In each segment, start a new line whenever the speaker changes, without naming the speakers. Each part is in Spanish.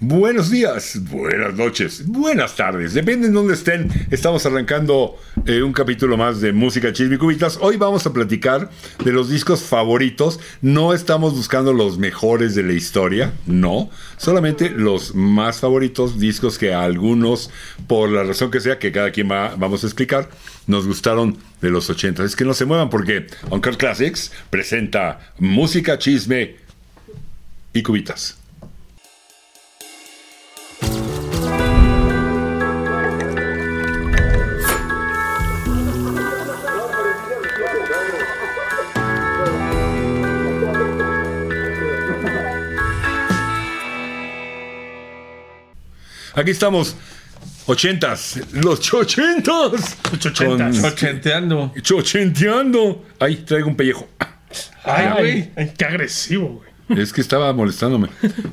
Buenos días, buenas noches, buenas tardes, depende en dónde estén. Estamos arrancando eh, un capítulo más de Música Chisme y Cubitas. Hoy vamos a platicar de los discos favoritos. No estamos buscando los mejores de la historia, no, solamente los más favoritos, discos que a algunos, por la razón que sea, que cada quien va, vamos a explicar, nos gustaron de los 80. Es que no se muevan porque Uncle Classics presenta Música Chisme y Cubitas. Aquí estamos. Ochentas, los chochentas.
Ochentas.
Con-
Ochenteando.
Chochenteando. Ahí traigo un pellejo.
Ay, güey. Qué agresivo, güey.
Es que estaba molestándome.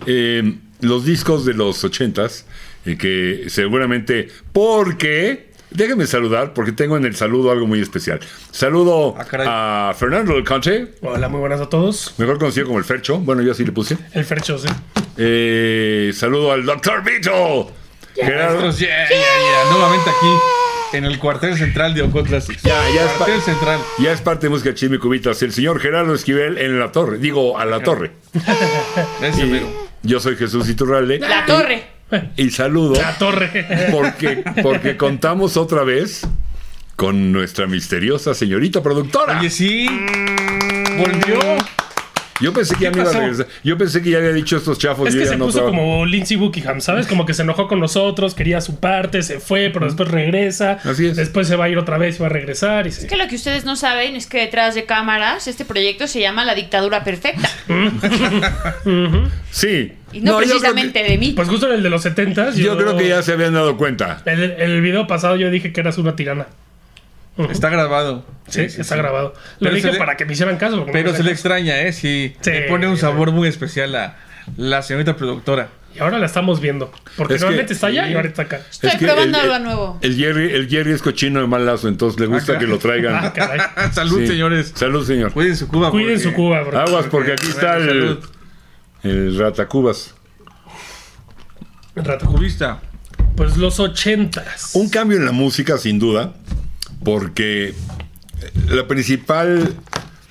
Eh, los discos de los ochentas, eh, que seguramente, porque, déjenme saludar, porque tengo en el saludo algo muy especial. Saludo
Ah, caray.
a Fernando del Conte,
Hola, muy buenas a todos.
mejor conocido como el Fercho, bueno, yo así le puse.
El Fercho, sí.
Eh, saludo al Dr. Vito. Gerardo-
Maestros, yeah, yeah, yeah. Nuevamente aquí en el cuartel central de Oco Classics.
Ya, ya es pa-
Cuartel central.
Ya es parte de Música Chisme y Cubitas, el señor Gerardo Esquivel en la torre, digo, a la torre.
Ese
Y
mero.
yo soy Jesús Iturralde
La torre.
y saludo
La torre.
porque, porque contamos otra vez con nuestra misteriosa señorita productora.
Oye, sí. Volvió.
Yo pensé que ya me iba a
pasó?
regresar. Yo pensé que ya había dicho estos chafos.
Es
yo
que
ya
se
no
puso
trabajo.
como Lindsey Buckingham, ¿sabes? Como que se enojó con nosotros, quería su parte, se fue, pero después regresa.
Así es.
Después se va a ir otra vez y va a regresar. Y se...
Es que lo que ustedes no saben es que detrás de cámaras este proyecto se llama La Dictadura Perfecta.
Sí.
Y no,
yo creo
precisamente
que-
de mí.
Pues justo en el de los 70
Yo creo que ya se habían dado cuenta.
El, el video pasado yo dije que eras una tirana.
Está grabado.
Sí, está grabado. Lo
Pero
dije
se le-
para que me hicieran caso. porque
Pero
no
se le
me hacían
extraña, ¿eh? Sí.
Sí.
Le pone un sabor muy especial a la señorita productora.
caso. Y ahora la estamos viendo. Porque
Es que-
normalmente está allá y ahora está acá.
Estoy
Es que
probando
el-
algo
el-
nuevo.
El Jerry, el Jerry es cochino de mal lazo, entonces le gusta
Ah,
que lo traigan.
Ah, caray.
Salud,
Sí.
señores.
Salud, señor.
Cuiden su Cuba.
Cuiden
porque-
su Cuba, bro.
Aguas, porque aquí está
Bueno,
el,
salud.
el Ratacubas.
Rata.
Cubista.
Pues los ochentas.
Un cambio en la música, sin duda, porque eh, la principal,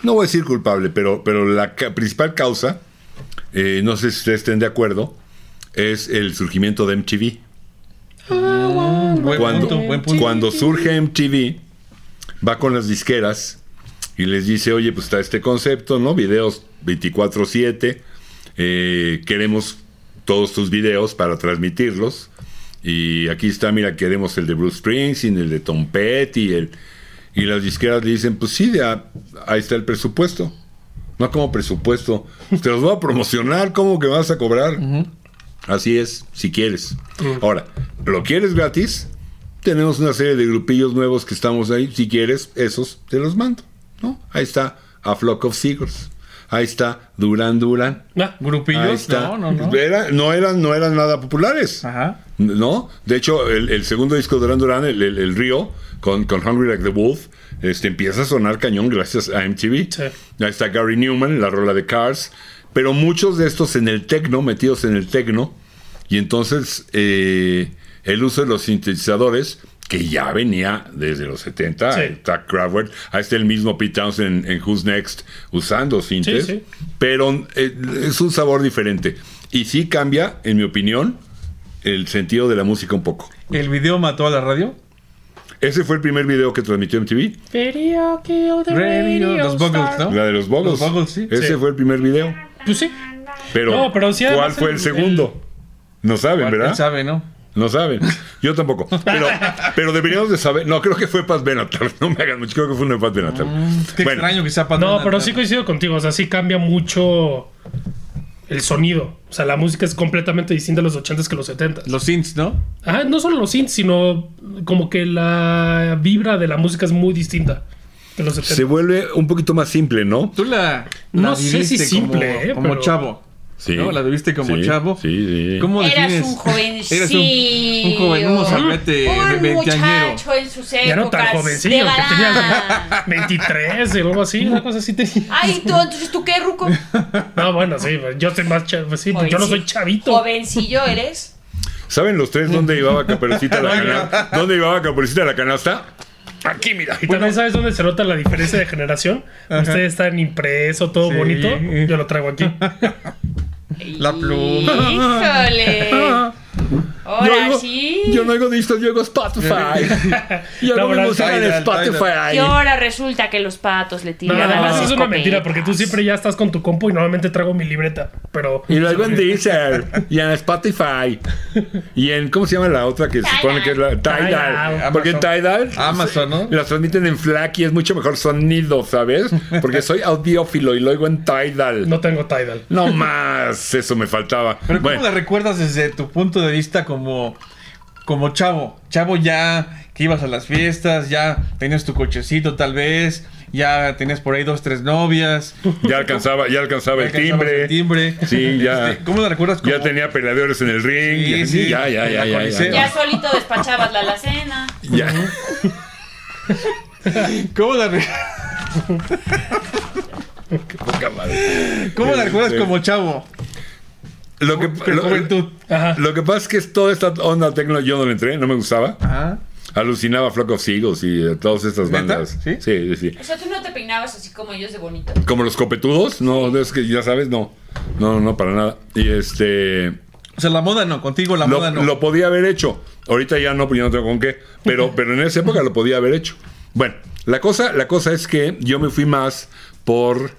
no voy a decir culpable, pero, pero la ca- principal causa, eh, no sé si ustedes estén de acuerdo, es el surgimiento de MTV.
Buen
Cuando,
punto, buen punto.
cuando surge MTV, va con las disqueras y les dice, oye, pues está este concepto, ¿no? Videos 24/7, eh, queremos todos tus videos para transmitirlos. Y aquí está, mira, queremos el de Bruce Springsteen, el de Tom Petty, el... Y las disqueras le dicen, pues sí, ya, ahí está el presupuesto. No como presupuesto. Te los voy a promocionar, ¿cómo que vas a cobrar? Así es, si quieres. Ahora, ¿lo quieres gratis? Tenemos una serie de grupillos nuevos que estamos ahí. Si quieres, esos te los mando. ¿no? Ahí está A Flock of Seagulls. Ahí está Duran Duran.
Ah,
Ahí
Grupillos.
está.
No, no, no.
Era- no, eran, no eran nada populares.
Ajá.
¿No? De hecho, el, el segundo disco de Duran Duran, el, el- el Río, con, con Hungry Like the Wolf, este, empieza a sonar cañón gracias a MTV.
Sí.
Ahí está Gary Newman, la rola de Cars. Pero muchos de estos en el tecno, metidos en el tecno. Y entonces eh, el uso de los sintetizadores, que ya venía desde los 70,
Sí.
está Kraftwerk, ahí está el mismo Pete Townsend en, en Who's Next usando sintes,
Sí, sí.
pero eh, es un sabor diferente. Y sí cambia, en mi opinión, el sentido de la música un poco.
El video mató a la radio.
Ese fue el primer video que transmitió MTV,
Video Kill the
Radio,
Radio
los Buggles,
Star.
¿no?
la de los Bogos.
Ah, Los Buggles, sí.
Ese
Sí.
fue el primer video.
Pues sí.
Pero,
No, pero sí,
¿cuál
además
fue el,
el-
segundo? No saben, ¿verdad?
Él sabe, ¿no?
No saben. Yo tampoco. Pero, pero deberíamos de saber. No, creo que fue Paz Benatar. No me hagan mucho. Creo que fue una de Paz Benatar.
Ah, Qué
Bueno,
extraño que sea
No,
Patrona.
pero sí coincido contigo. O sea, sí cambia mucho el sonido. O sea, la música es completamente distinta a los 80s que los 70s.
Los synths, ¿no?
Ah, no solo los synths, sino como que la vibra de la música es muy distinta de los 70s.
se vuelve un poquito más simple, ¿no?
Tú la.
No
la
sé si
viviste como-
simple, ¿eh?
Como
pero-
chavo.
Sí.
¿no? La viviste como
Sí,
chavo.
sí, sí.
¿Cómo
Eras
defines?
un jovencillo.
Eras un, un joven, un mozalbete de
Un
veinteañero.
muchacho en sus épocas.
Ya no tan jovencillo,
de
que
galán.
tenías 23 o algo así, una cosa así tenía.
Ay, tú, entonces tú qué, Ruco.
No, bueno, sí, pues, yo soy más chavo, sí, pues yo no soy chavito.
Jovencillo eres.
¿Saben los tres dónde llevaba Caperucita la canasta? ¿Dónde llevaba Caperucita la canasta? Aquí, mira.
Y también sabes dónde se nota la diferencia de generación. Ustedes están impreso, todo
Sí.
bonito. Yo lo traigo aquí.
La pluma.
Híjole. Ahora sí.
yo no oigo discos, yo oigo Spotify. yo
La
hago mi
verdad,
música en
Tidal, Tidal.
Spotify.
Y ahora resulta que los patos le
No,
tiran a
además
las
es una mentira,
escopetas.
porque tú siempre ya estás con tu compu y normalmente traigo mi libreta. Pero.
Y lo oigo en Deezer. Y en Spotify. Y en, ¿cómo se llama la otra que se supone que es la Tidal?
Tidal.
Porque
Amazon.
Tidal
Amazon, ¿no?
las transmiten en FLAC y es mucho mejor sonido, ¿sabes? Porque soy audiófilo y lo oigo en Tidal.
No tengo Tidal.
No más, eso me faltaba.
Pero
Bueno,
¿cómo la recuerdas desde tu punto de vista como, como chavo? Chavo ya que ibas a las fiestas, ya tenías tu cochecito tal vez, ya tenías por ahí dos, tres novias.
ya alcanzaba, ya alcanzaba el
ya alcanzabas
timbre.
el timbre.
Sí, ya.
Este, ¿Cómo la recuerdas?
Ya
como-
tenía peleadores en el ring.
Sí,
y-
sí.
ya, ya, ya, ya,
La
ya,
Ya
coliseo.
ya.
solito despachabas la alacena.
Ya.
¿Cómo la, re-
Poca madre.
cómo la recuerdas
Sí.
como chavo?
Este, Lo que,
Pero
lo-
juventud.
Ajá.
lo que pasa es que es toda esta onda tecno yo no le entré, no me gustaba.
Ajá.
Alucinaba Flock of Seagulls y de todas estas
¿Neta?
bandas.
¿Sí?
sí, sí.
O sea, tú no te peinabas así como ellos de bonito.
Como los copetudos, no, es que ya sabes, no. No, no, no, para nada. Y este.
O sea, la moda no, contigo la
Lo,
moda no.
lo podía haber hecho. Ahorita ya no, porque ya no tengo con qué. Pero, pero en esa época lo podía haber hecho. Bueno, la cosa, la cosa es que yo me fui más por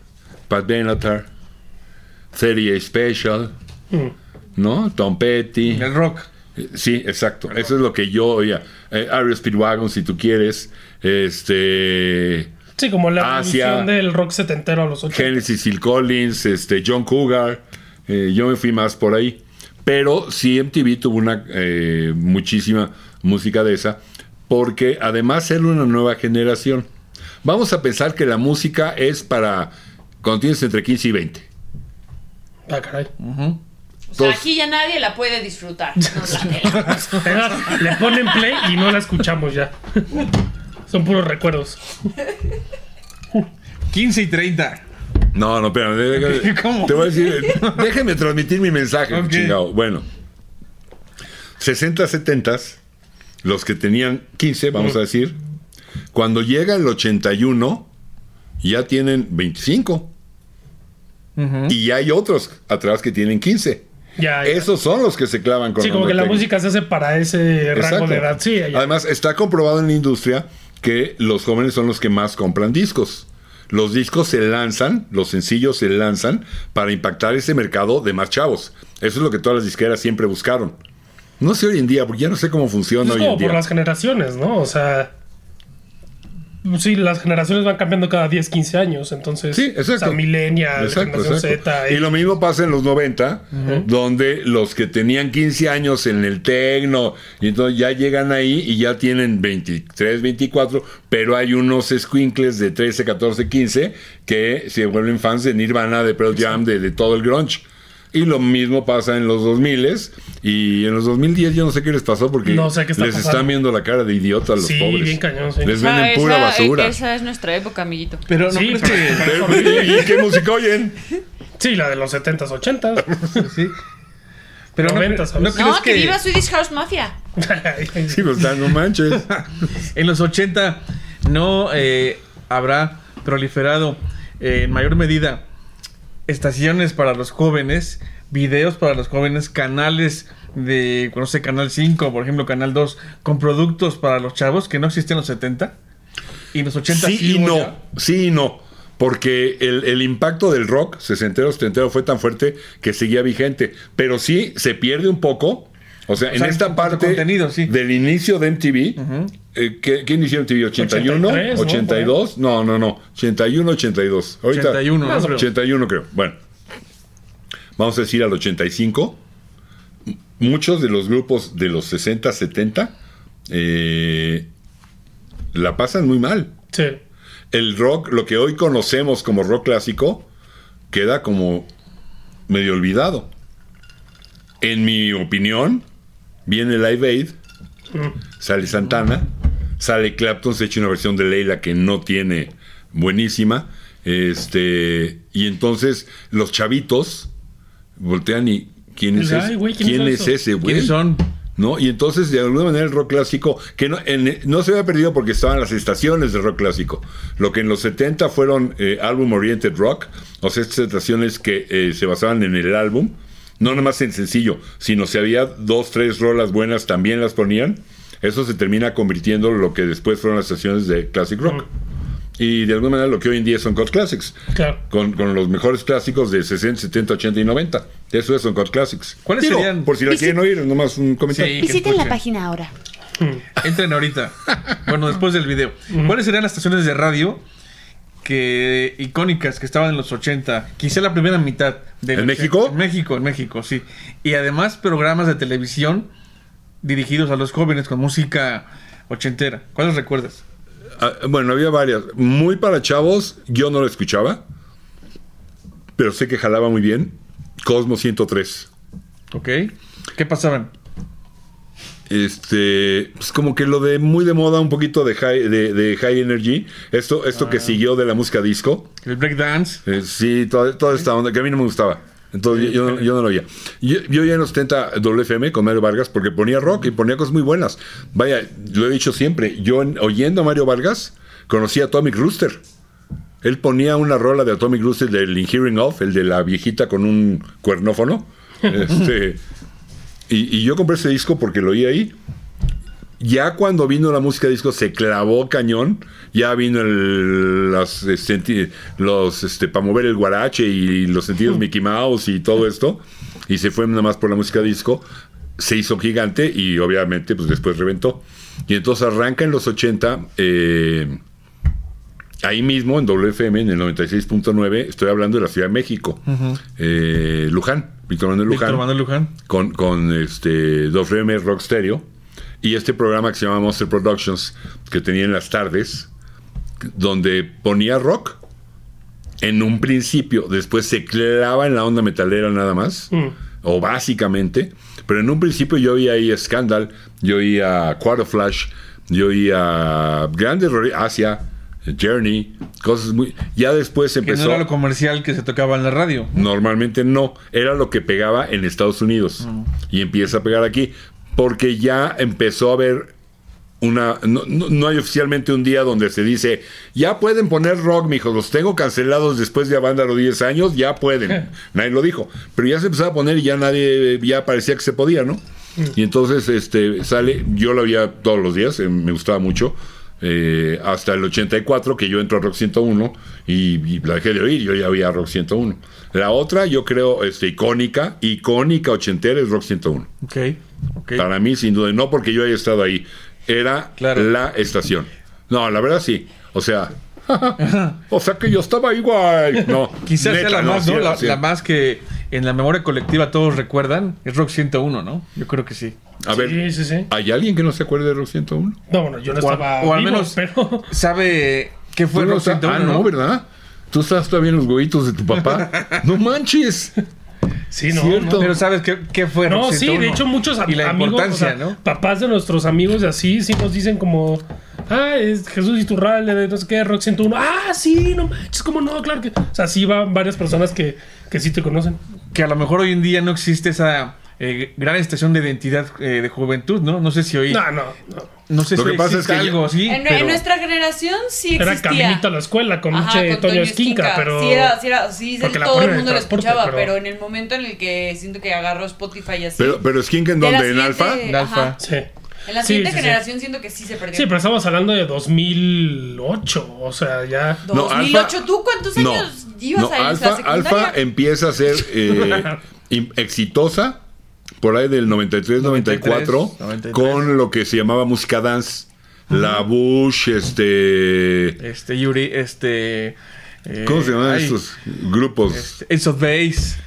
Pat Benatar, Serie Special, ¿no? Tom Petty.
El rock.
Sí, exacto. Eso es lo que yo oía. Eh, Ario Speedwagon, si tú quieres. Este.
Sí, como la
Asia.
evolución del rock setentero a los 80.
Genesis, Phil Collins, este, John Cougar. eh, yo me fui más por ahí. Pero sí, MTV tuvo una eh, muchísima música de esa, porque además era una nueva generación. Vamos a pensar que la música es para cuando tienes entre 15 y 20.
Ah, caray.
O sea,
Dos.
aquí ya nadie la puede disfrutar. Nos la pela.
Era- Le ponen play y no la escuchamos ya. Son puros recuerdos.
15 y 30.
No, no, espérame. déjame-
¿Cómo?
Te voy a decir, déjeme transmitir mi mensaje,
Ok.
chingado. Bueno, 60, 70, los que tenían 15, vamos a decir, cuando llega el 81, ya tienen 25. Y ya hay otros atrás que tienen 15.
Ya. ya.
Esos son los que se clavan con
sí, como
onda
que la
técnica.
música se hace para ese rango
Exacto.
de edad. Sí, ya, ya.
Además, está comprobado en la industria que los jóvenes son los que más compran discos. Los discos se lanzan, los sencillos se lanzan para impactar ese mercado de más chavos. Eso es lo que todas las disqueras siempre buscaron. No sé hoy en día, porque ya no sé cómo funciona
Pues es
hoy en
como
día.
por las generaciones, ¿no? O sea. Sí, las generaciones van cambiando cada 10, 15 años. Entonces.
Sí, exacto.
O sea, Millennial,
Exacto,
Generación
exacto.
Z.
Y
eh.
lo mismo pasa en los 90, donde los que tenían 15 años en el tecno, y entonces ya llegan ahí y ya tienen 23, 24, pero hay unos squinkles de 13, 14, 15 que se vuelven fans de Nirvana, de Pearl Jam, de, de todo el grunge. Y lo mismo pasa en los 2000 y en los 2010 yo no sé qué les pasó porque
No sé qué está
les
pasando.
están viendo la cara de idiota a los
Sí,
pobres.
bien cañón, sí.
Les
O sea,
venden pura
Ah, esa-
basura.
Esa es nuestra época, amiguito.
Pero no
Sí,
crees
pero-
que...
pero-
¿Y qué música oyen?
Sí, la de los 70s, 80s.
Sí. Pero no,
90, ¿sabes?
no crees
No, que
que,
viva Swedish House Mafia.
Sí, pues, no manches.
en los 80 no eh, habrá proliferado eh, en mayor medida estaciones para los jóvenes, videos para los jóvenes, canales de, no sé, Canal 5, por ejemplo, Canal 2, con productos para los chavos que no existían en los 70? Y en los 80
Sí y
hubo
no,
ya.
sí y no. Porque el, el impacto del rock sesentero, setentero fue tan fuerte que seguía vigente. Pero sí se pierde un poco. O sea, en
sea,
esta
en cuanto a
parte
contenido, sí.
del inicio de MTV, eh, ¿qué, qué inició MTV? ¿81?
83, ¿no?
82? No, no, no. 81, 82. Ahorita, Ah,
81, ¿no? Creo.
81 creo. Bueno, vamos a decir al 85. M- Muchos de los grupos de los 60, 70 eh, la pasan muy mal
Sí.
el rock, lo que hoy conocemos como rock clásico, queda como medio olvidado. En mi opinión, viene Live Aid,
mm,
sale Santana, sale Clapton, se echa una versión de Leila que no tiene buenísima. Este, y entonces los chavitos voltean y ¿quién es
Ay,
ese?
güey, ¿quién
¿quién,
hizo
es
eso?
ese, güey?
¿Quiénes son?
¿no? Y entonces, de alguna manera, el rock clásico, que no, en- no se había perdido porque estaban las estaciones del rock clásico. Lo que en los 70 fueron eh, álbum oriented rock, o sea, estas estaciones que eh, se basaban en el álbum, no nada más en sencillo, sino si había dos, tres rolas buenas, también las ponían. Eso se termina convirtiendo en lo que después fueron las estaciones de classic rock. Y de alguna manera lo que hoy en día son Cut Classics,
Claro.
con, con los mejores clásicos de 60, 70, 80 y 90. Eso es son Cut Classics.
¿Cuáles serían?
Por si la
Y si-
quieren oír, nomás un comentario.
Sí, que
Visiten la
escuchen.
página ahora.
Entren ahorita. Bueno, después del video. ¿Cuáles serían las estaciones de radio que icónicas que estaban en los 80? Quizá la primera mitad. de
¿En México?
En México, en México, sí. Y además programas de televisión dirigidos a los jóvenes con música ochentera. ¿Cuáles recuerdas?
Ah, Bueno, había varias. Muy para chavos, yo no lo escuchaba. Pero sé que jalaba muy bien. Cosmo 103.
¿Ok? ¿Qué pasaban?
Este, pues como que lo de muy de moda, un poquito de high, de, de high energy. Esto, esto
Ah.
que siguió de la música disco.
El breakdance.
Eh, sí, toda, toda esta onda que a mí no me gustaba. Entonces yo, yo no- yo no lo oía. Yo, yo oía en los 70 WFM con Mario Vargas porque ponía rock y ponía cosas muy buenas. Vaya, lo he dicho siempre. Yo en- oyendo a Mario Vargas conocí a Atomic Rooster. Él ponía una rola de Atomic Rooster del In Hearing Of, el de la viejita con un cuernófono. Este, y, y yo compré ese disco porque lo oí ahí. Ya cuando vino la música disco se clavó cañón. Ya vino el, las, eh, senti- los este, para mover el guarache y los sentidos
Hmm.
Mickey Mouse y todo esto. Y se fue nada más por la música disco. Se hizo gigante y obviamente pues después reventó. Y entonces arranca en los 80. eh, ahí mismo en WFM en el 96.9 estoy hablando de la Ciudad de México. Eh, Luján, Víctor Manuel Luján
Víctor Manuel Luján.
con, con este WM Rock Stereo y este programa que se llama Monster Productions que tenía en las tardes donde ponía rock en un principio, después se clava en la onda metalera nada más
Mm.
o básicamente, pero en un principio yo oía ahí Scandal, yo oía Quarter Flash, yo oía Grandes Ro- Asia, Journey, cosas muy ya después
Que
empezó
no era lo comercial que se tocaba en la radio.
Normalmente no, era lo que pegaba en Estados Unidos y empieza a pegar aquí porque ya empezó a haber una no, no- no hay oficialmente un día donde se dice, ya pueden poner rock, mijos, los tengo cancelados después de Avándaro 10 años, ya pueden. nadie lo dijo, pero ya se empezaba a poner y ya nadie ya parecía que se podía, ¿no? Y entonces este sale, yo lo veía todos los días, eh, me gustaba mucho. eh, hasta el 84 que yo entro a Rock 101 y, y la dejé de oír, yo ya oía Rock 101. La otra yo creo este, icónica, icónica ochentera es Rock 101.
Ok. ok.
Para mí, sin duda, y no porque yo haya estado ahí. Era
Claro.
la estación. No, la verdad sí. O sea, o sea que yo estaba igual. No,
Quizás
neta,
sea la
no,
más,
sí
¿no?
era,
La,
sí
la
era.
más que en la memoria colectiva todos recuerdan. Es Rock 101, ¿no? Yo creo que sí.
A ver,
Sí, sí, sí.
¿hay alguien que no se acuerde de Rock 101?
No, bueno, yo no
O al-
estaba.
o al
vivo,
menos-
Pero.
¿Sabe qué fue
Tú no
Rock
sa-
101?
ah, no, ¿verdad? Tú estás todavía en los huevitos de tu papá. no manches.
Sí, no.
Cierto.
no.
Pero ¿sabes qué, qué fue
No,
Rock
sí,
101?
de hecho muchos am-
Y la
amigos, o
importancia,
sea, papás de nuestros amigos de así, sí nos dicen como, ah, es Jesús Iturralde, de no sé qué, Rock 101, ah, sí, no manches, cómo no, claro que, o sea, sí van varias personas que, que sí te conocen.
¿no? Que a lo mejor hoy en día no existe esa eh, gran estación de identidad eh, de juventud, ¿no? No sé si hoy...
No, no, no.
No sé
Lo
si
que
hoy
pasa es
existe
que
algo, sí,
En, en
pero
nuestra generación sí
Era
existía.
caminito a la escuela con
Ajá,
pinche
con
Toño
Toño
Esquinca,
Esquinca.
pero...
Sí, era, sí, era- sí,
porque la
todo
ponen en
el mundo
el
lo
transporte,
escuchaba,
pero-
pero... en el momento en el que siento que agarró Spotify y así.
Pero, pero Skink en
de
donde,
la
en
siguiente-
Alfa.
En Alfa.
ajá.
Sí.
En la
Sí,
siguiente
sí, sí.
generación siento que sí se perdió.
Sí, pero estamos hablando de 2008, o sea, ya...
No,
2008,
Alfa-
¿tú cuántos
No,
años ibas
no,
a ir a
Alfa,
la secundaria?
Alfa empieza a ser eh, im- exitosa por ahí del 93, 94,
93.
con lo que se llamaba música dance. La Bush, este.
Este, Yuri, este... eh,
¿Cómo se llamaban
ay,
estos grupos?
este, Ace of Base.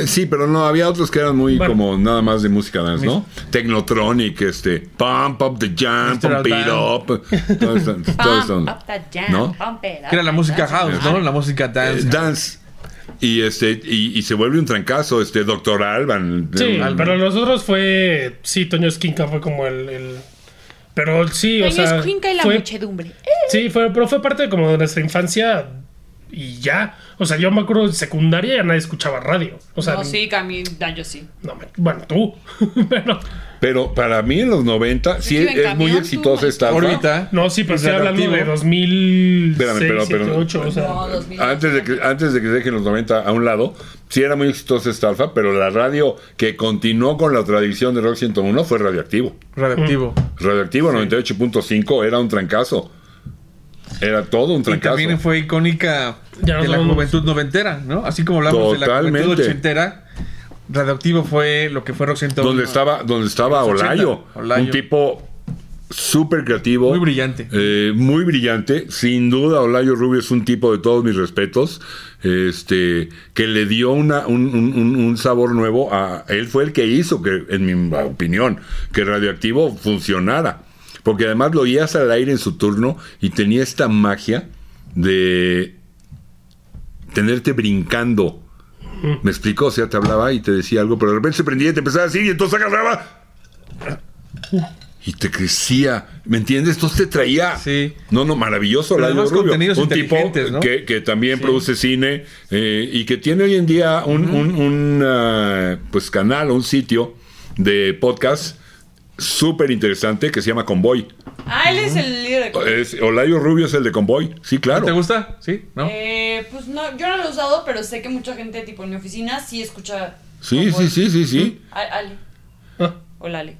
Eh, Sí, pero no, había otros que eran muy
Bueno.
como nada más de música dance, ¿no? Technotronic, este. Pump up the jam,
Mr.
pump it
Alban.
up. Todo esto. todo
Pump
esto.
up the jam,
¿No?
pump it up.
Que era la música house, ¿no? La música
Eh,
dance.
Dance. Y, este, y, y se vuelve un trancazo, este Doctor Alban. Eh,
Sí,
Alban.
pero nosotros fue. Sí, Toño Esquinca fue como el. el- pero sí, o
Toño
sea.
Escuinca y la
fue-
muchedumbre.
Eh,
Sí, fue, pero fue parte como de nuestra infancia y ya. O sea, yo me acuerdo de secundaria ya nadie escuchaba radio. O sea,
no, sí, Camila, yo sí.
no me- bueno, tú. pero
Pero para mí en los 90 sí,
Sí, iba en
es muy
camión, tú,
exitosa esta.
Ahorita.
no, sí, pero estoy hablando
radioactivo.
de 2006,
Espérame, pero- pero-
2008, o sea.
No, 2000.
Antes de, que, antes de que dejen los 90 a un lado, sí era muy exitosa esta alfa, pero la radio que continuó con la tradición de Rock 101 fue radioactivo.
Radioactivo.
Radioactivo 98.5 era un trancazo. Era todo un
Y
trancazo.
también fue icónica
Ya
de
nos
la
vamos.
juventud noventera, ¿no? Así como hablamos de la
Totalmente.
juventud ochentera, Radioactivo fue lo que fue Rock 101.
donde estaba, donde estaba
En los 80,
Olayo,
Olayo.
un tipo súper creativo.
Muy brillante.
eh, muy brillante. Sin duda, Olayo Rubio es un tipo de todos mis respetos. Este, que le dio una, un, un- un- un sabor nuevo a. Él fue el que hizo que, en mi opinión, que Radioactivo funcionara. Porque además lo oías al aire en su turno y tenía esta magia de tenerte brincando. Me explicó, o sea, te hablaba y te decía algo, pero de repente se prendía y te empezaba a decir y entonces agarraba. Y te crecía, ¿me entiendes? Entonces te traía.
Sí.
No, no, maravilloso.
Pero
Eladio
además
Rubio.
contenidos
un tipo
inteligentes, ¿no?
que, que también produce cine eh, y que tiene hoy en día un, un- un, ah, pues canal o un sitio de podcast súper interesante que se llama Convoy.
Ah, él es el líder de.
Es, Olayo Rubio es el de Convoy, sí, claro.
¿Te gusta? ¿Sí? ¿No?
Eh, pues no, yo no lo he usado, pero sé que mucha gente, tipo en mi oficina, sí escucha.
Sí, sí, sí, sí, sí.
Al- Ale.
Ah.
Hola, Ale.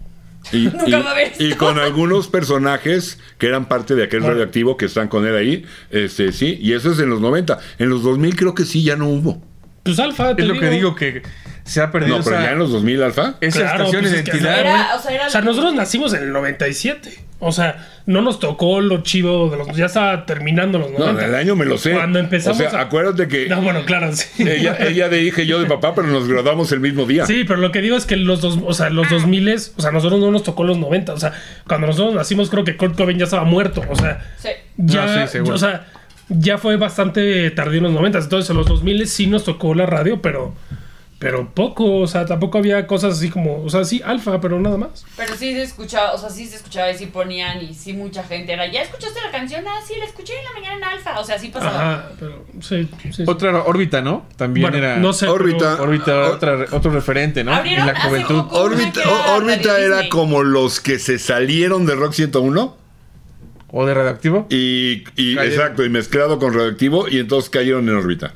Y,
Nunca
y-
va a haber esto.
y con algunos personajes que eran parte de aquel radioactivo que están con él ahí, este sí, y eso es en los 90. En los 2000 creo que sí, ya no hubo.
Pues Alfa, te
Es lo que digo que se ha perdido
No, pero
esa,
ya en los 2000, Alfa.
esa
Claro,
estación
pues, es que
identidad.
era-
Era, o sea, era.
O sea, nosotros nacimos en el 97. O sea, no nos tocó lo chido de los. Ya estaba terminando los
No,
90.
el año me lo sé.
Cuando empezamos.
O sea,
a-
acuérdate que
No, bueno, claro, sí.
ella, ella de hija y yo de papá, pero nos graduamos el mismo día.
Sí, pero lo que digo es que los dos, o sea, los
Ah.
2000 es, o sea, nosotros no nos tocó los 90, o sea, cuando nosotros nacimos creo que Kurt Cobain ya estaba muerto, o sea,
Sí.
ya,
No, sí, seguro.
o sea, ya fue bastante tardío en los 90, entonces en los 2000 sí nos tocó la radio, pero pero poco, o sea, tampoco había cosas así como, o sea, sí, alfa, pero nada más.
Pero sí se escuchaba, o sea, sí se escuchaba y sí ponían y sí mucha gente era, ¿ya escuchaste la canción? Ah, sí, la escuché en la mañana en alfa. O sea, sí pasaba.
Ajá, pero sí, sí, sí.
Otra órbita, ¿no? También
Bueno,
era
no sé,
Órbita.
órbita,
Ah,
otra- otro referente, ¿no?
Abrieron
en la
hace
juventud.
poco.
Órbita,
Una que era
ó- órbita
de
era
Disney.
como los que se salieron de Rock 101
¿O de radioactivo?
y, y-
Cayeron.
exacto, y mezclado con radioactivo y entonces cayeron en órbita.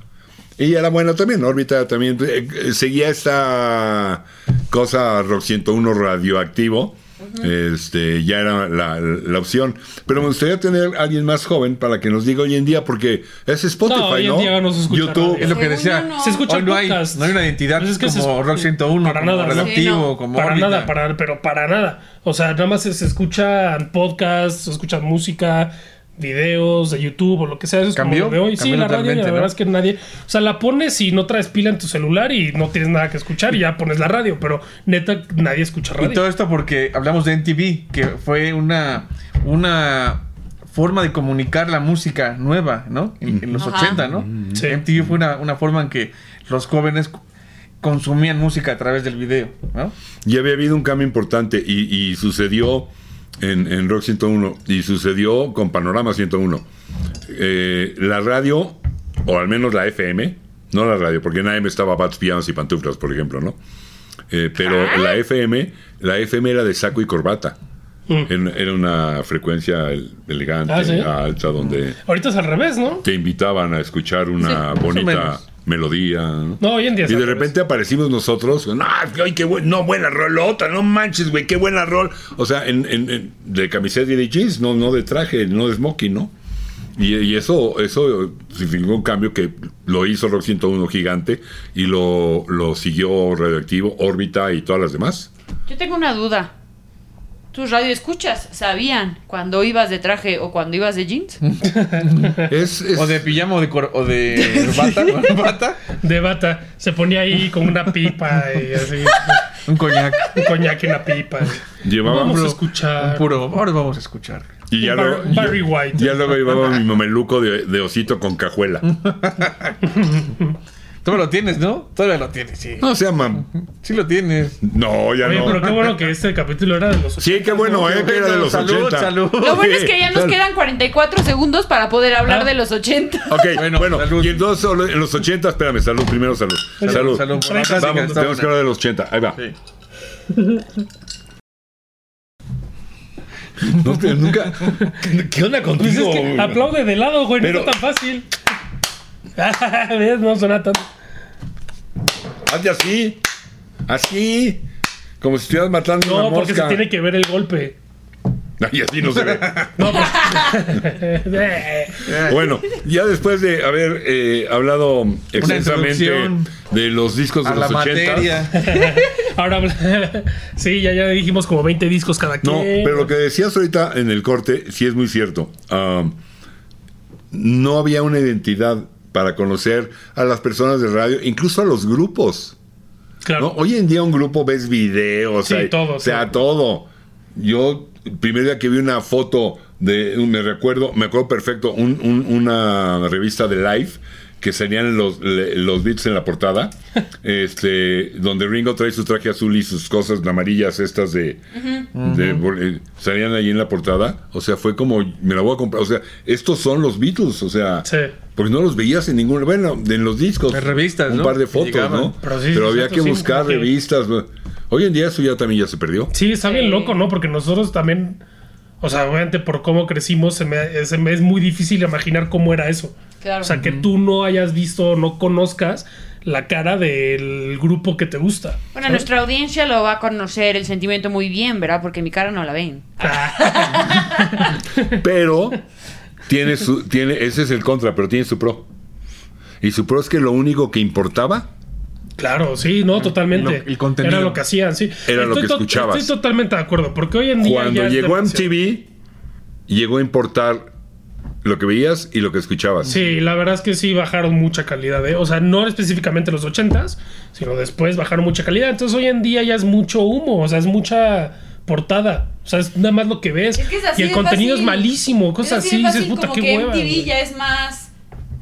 Y era bueno también, órbita también eh, eh, seguía esta cosa Rock 101 radioactivo. Este ya era la, la opción, pero me gustaría tener a alguien más joven para que nos diga hoy en día, porque es Spotify,
No,
¿no?
hoy en día no se escucha
YouTube,
radio.
Es lo que
Según
decía.
yo, no.
Se escucha
Hoy no hay,
podcast.
no hay una identidad
Pues es que se
como
escu-
Rock 101,
para
como
nada, ¿no?
radioactivo,
Sí, no.
como
para
órbita.
nada, para- pero para nada. O sea, nada más se, se escuchan podcasts, se escuchan música, videos de YouTube o lo que sea. Eso es como
Cambió,
lo de hoy. Sí,
cambió
la radio, la
totalmente,
verdad
¿no?
es que nadie. O sea, la pones y no traes pila en tu celular y no tienes nada que escuchar y ya pones la radio. Pero neta, nadie escucha radio.
Y todo esto porque hablamos de NTV, que fue una, una forma de comunicar la música nueva, ¿no? En, en los
Ajá.
80, ¿no?
Mm.
Sí.
MTV fue una, una forma en que los jóvenes consumían música a través del video, ¿no?
Ya había habido un cambio importante y, y sucedió en, en Rock 101 y sucedió con Panorama 101. Eh, la radio, o al menos la FM, no la radio, porque en AM estaba Bats, Pianos y Pantuflas, por ejemplo, ¿no? Eh, pero
Ah.
la FM, la FM era de saco y corbata.
Mm.
Era, era una frecuencia el- elegante,
Ah, ¿sí?
alta, donde
Ahorita es al revés, ¿no?
te invitaban a escuchar una
o
bonita
menos.
melodía. ¿no?
No, hoy en día. es
Y de
al revés.
repente aparecimos nosotros. No, ay, qué buen- no buena rolota, no manches, güey, qué buena rol. O sea, en, en- en- de camiseta y de jeans, no, no de traje, no de smoking, ¿no? Y, y eso, eso significó un cambio que lo hizo Rock 101 gigante y lo, lo siguió Radioactivo, Órbita y todas las demás.
Yo tengo una duda.
¿Tus radioescuchas sabían cuando ibas de traje o cuando ibas de jeans?
Eh,
Es, es-
O de pijama o de, cor- o de bata, bata,
De bata. Se ponía ahí con una pipa y así.
un coñac.
un coñac y una pipa.
llevaba
Vamos a
puro-
escuchar.
Un puro, ahora vamos a escuchar.
y ya,
Bar-
luego-
Barry
ya-
White.
ya luego llevaba mi mameluco de, de osito con cajuela.
Todavía lo tienes, ¿no? Todavía lo tienes, sí.
No sea mam.
Sí lo tienes.
No, ya
Oye, pero qué
no.
bueno que este capítulo era de los
Sí, qué bueno, eh, que era de los
Salud,
80.
salud.
Lo bueno es que ya nos
Sal-
quedan 44 segundos para poder hablar
Ah.
de los 80.
Ok,
Bueno,
bueno,
salud.
y entonces solo en los 80, espérame, salud, primero salud. Salud,
Salud. por la
Vamos,
clásica,
Vamos, tenemos
está
que
buena.
hablar de los 80, ahí va.
Sí.
No, te- nunca. ¿Qué- ¿Qué onda
Pues es
contigo?
que
güey?
aplaude de lado, güey,
Pero-
no es tan fácil. ¿Ves? No suena tan.
Hazte así, así, como si estuvieras matando a
No,
una
porque se
mosca.
tiene que ver el golpe.
Y así no se ve.
Eh,
Bueno, ya después de haber eh, hablado extensamente
introducción
de los discos de
A la
los 80.
materia.
Ahora habla- Sí, ya, ya dijimos como 20 discos cada quien.
No, pero lo que decías ahorita en el corte, sí es muy cierto. Am, no había una identidad para conocer a las personas de radio, incluso a los grupos. ¿no?
Claro.
Hoy en día un grupo ves videos,
Sí,
hay-
todo,
o sea,
sí.
todo. Yo, el primer día que vi una foto de, me recuerdo, me acuerdo perfecto, un- un- una revista de Life que salían los, le- los beats en la portada, este, donde Ringo trae su traje azul y sus cosas amarillas estas de, de- eh, salían ahí en la portada, o sea, fue como, me la voy a comprar, o sea, estos son los Beatles, o sea,
Sí.
porque no los veías en ningún, bueno, en los discos,
En revistas,
un
¿no?
par de
Que
fotos,
llegaban.
¿no?
Pero
Pero,
sí, sí,
había
cierto,
que
sí,
buscar
como que-
revistas. ¿no? Hoy en día eso ya también ya se perdió.
Sí, está bien
Sí.
loco, ¿no? Porque nosotros también. O sea, obviamente por cómo crecimos, se me, se me es muy difícil imaginar cómo era eso.
Claro.
O sea, que tú no hayas visto, no conozcas la cara del grupo que te gusta.
Bueno, nuestra audiencia lo va a conocer el sentimiento muy bien, ¿verdad? Porque mi cara no la ven.
Pero tiene su, tiene, ese es el contra, pero tiene su pro. Y su pro es que lo único que importaba,
Claro, sí, no, totalmente.
el contenido.
Era lo que hacían, sí.
Era lo que
to-
escuchabas.
Estoy totalmente de acuerdo, porque hoy en día. ya
cuando
es
llegó
demasiado.
MTV, llegó a importar lo que veías y lo que escuchabas.
Sí, la verdad es que sí bajaron mucha calidad. ¿eh? O sea, no específicamente los 80s, sino después bajaron mucha calidad. Entonces hoy en día ya es mucho humo, o sea, es mucha portada. O sea, es nada más lo que ves.
Es que es
y
así
el
de
contenido
fácil.
es malísimo, cosas
Es
así.
de
Dices,
fácil,
puta,
como
qué
que
hueva.
MTV
güey".
ya es más.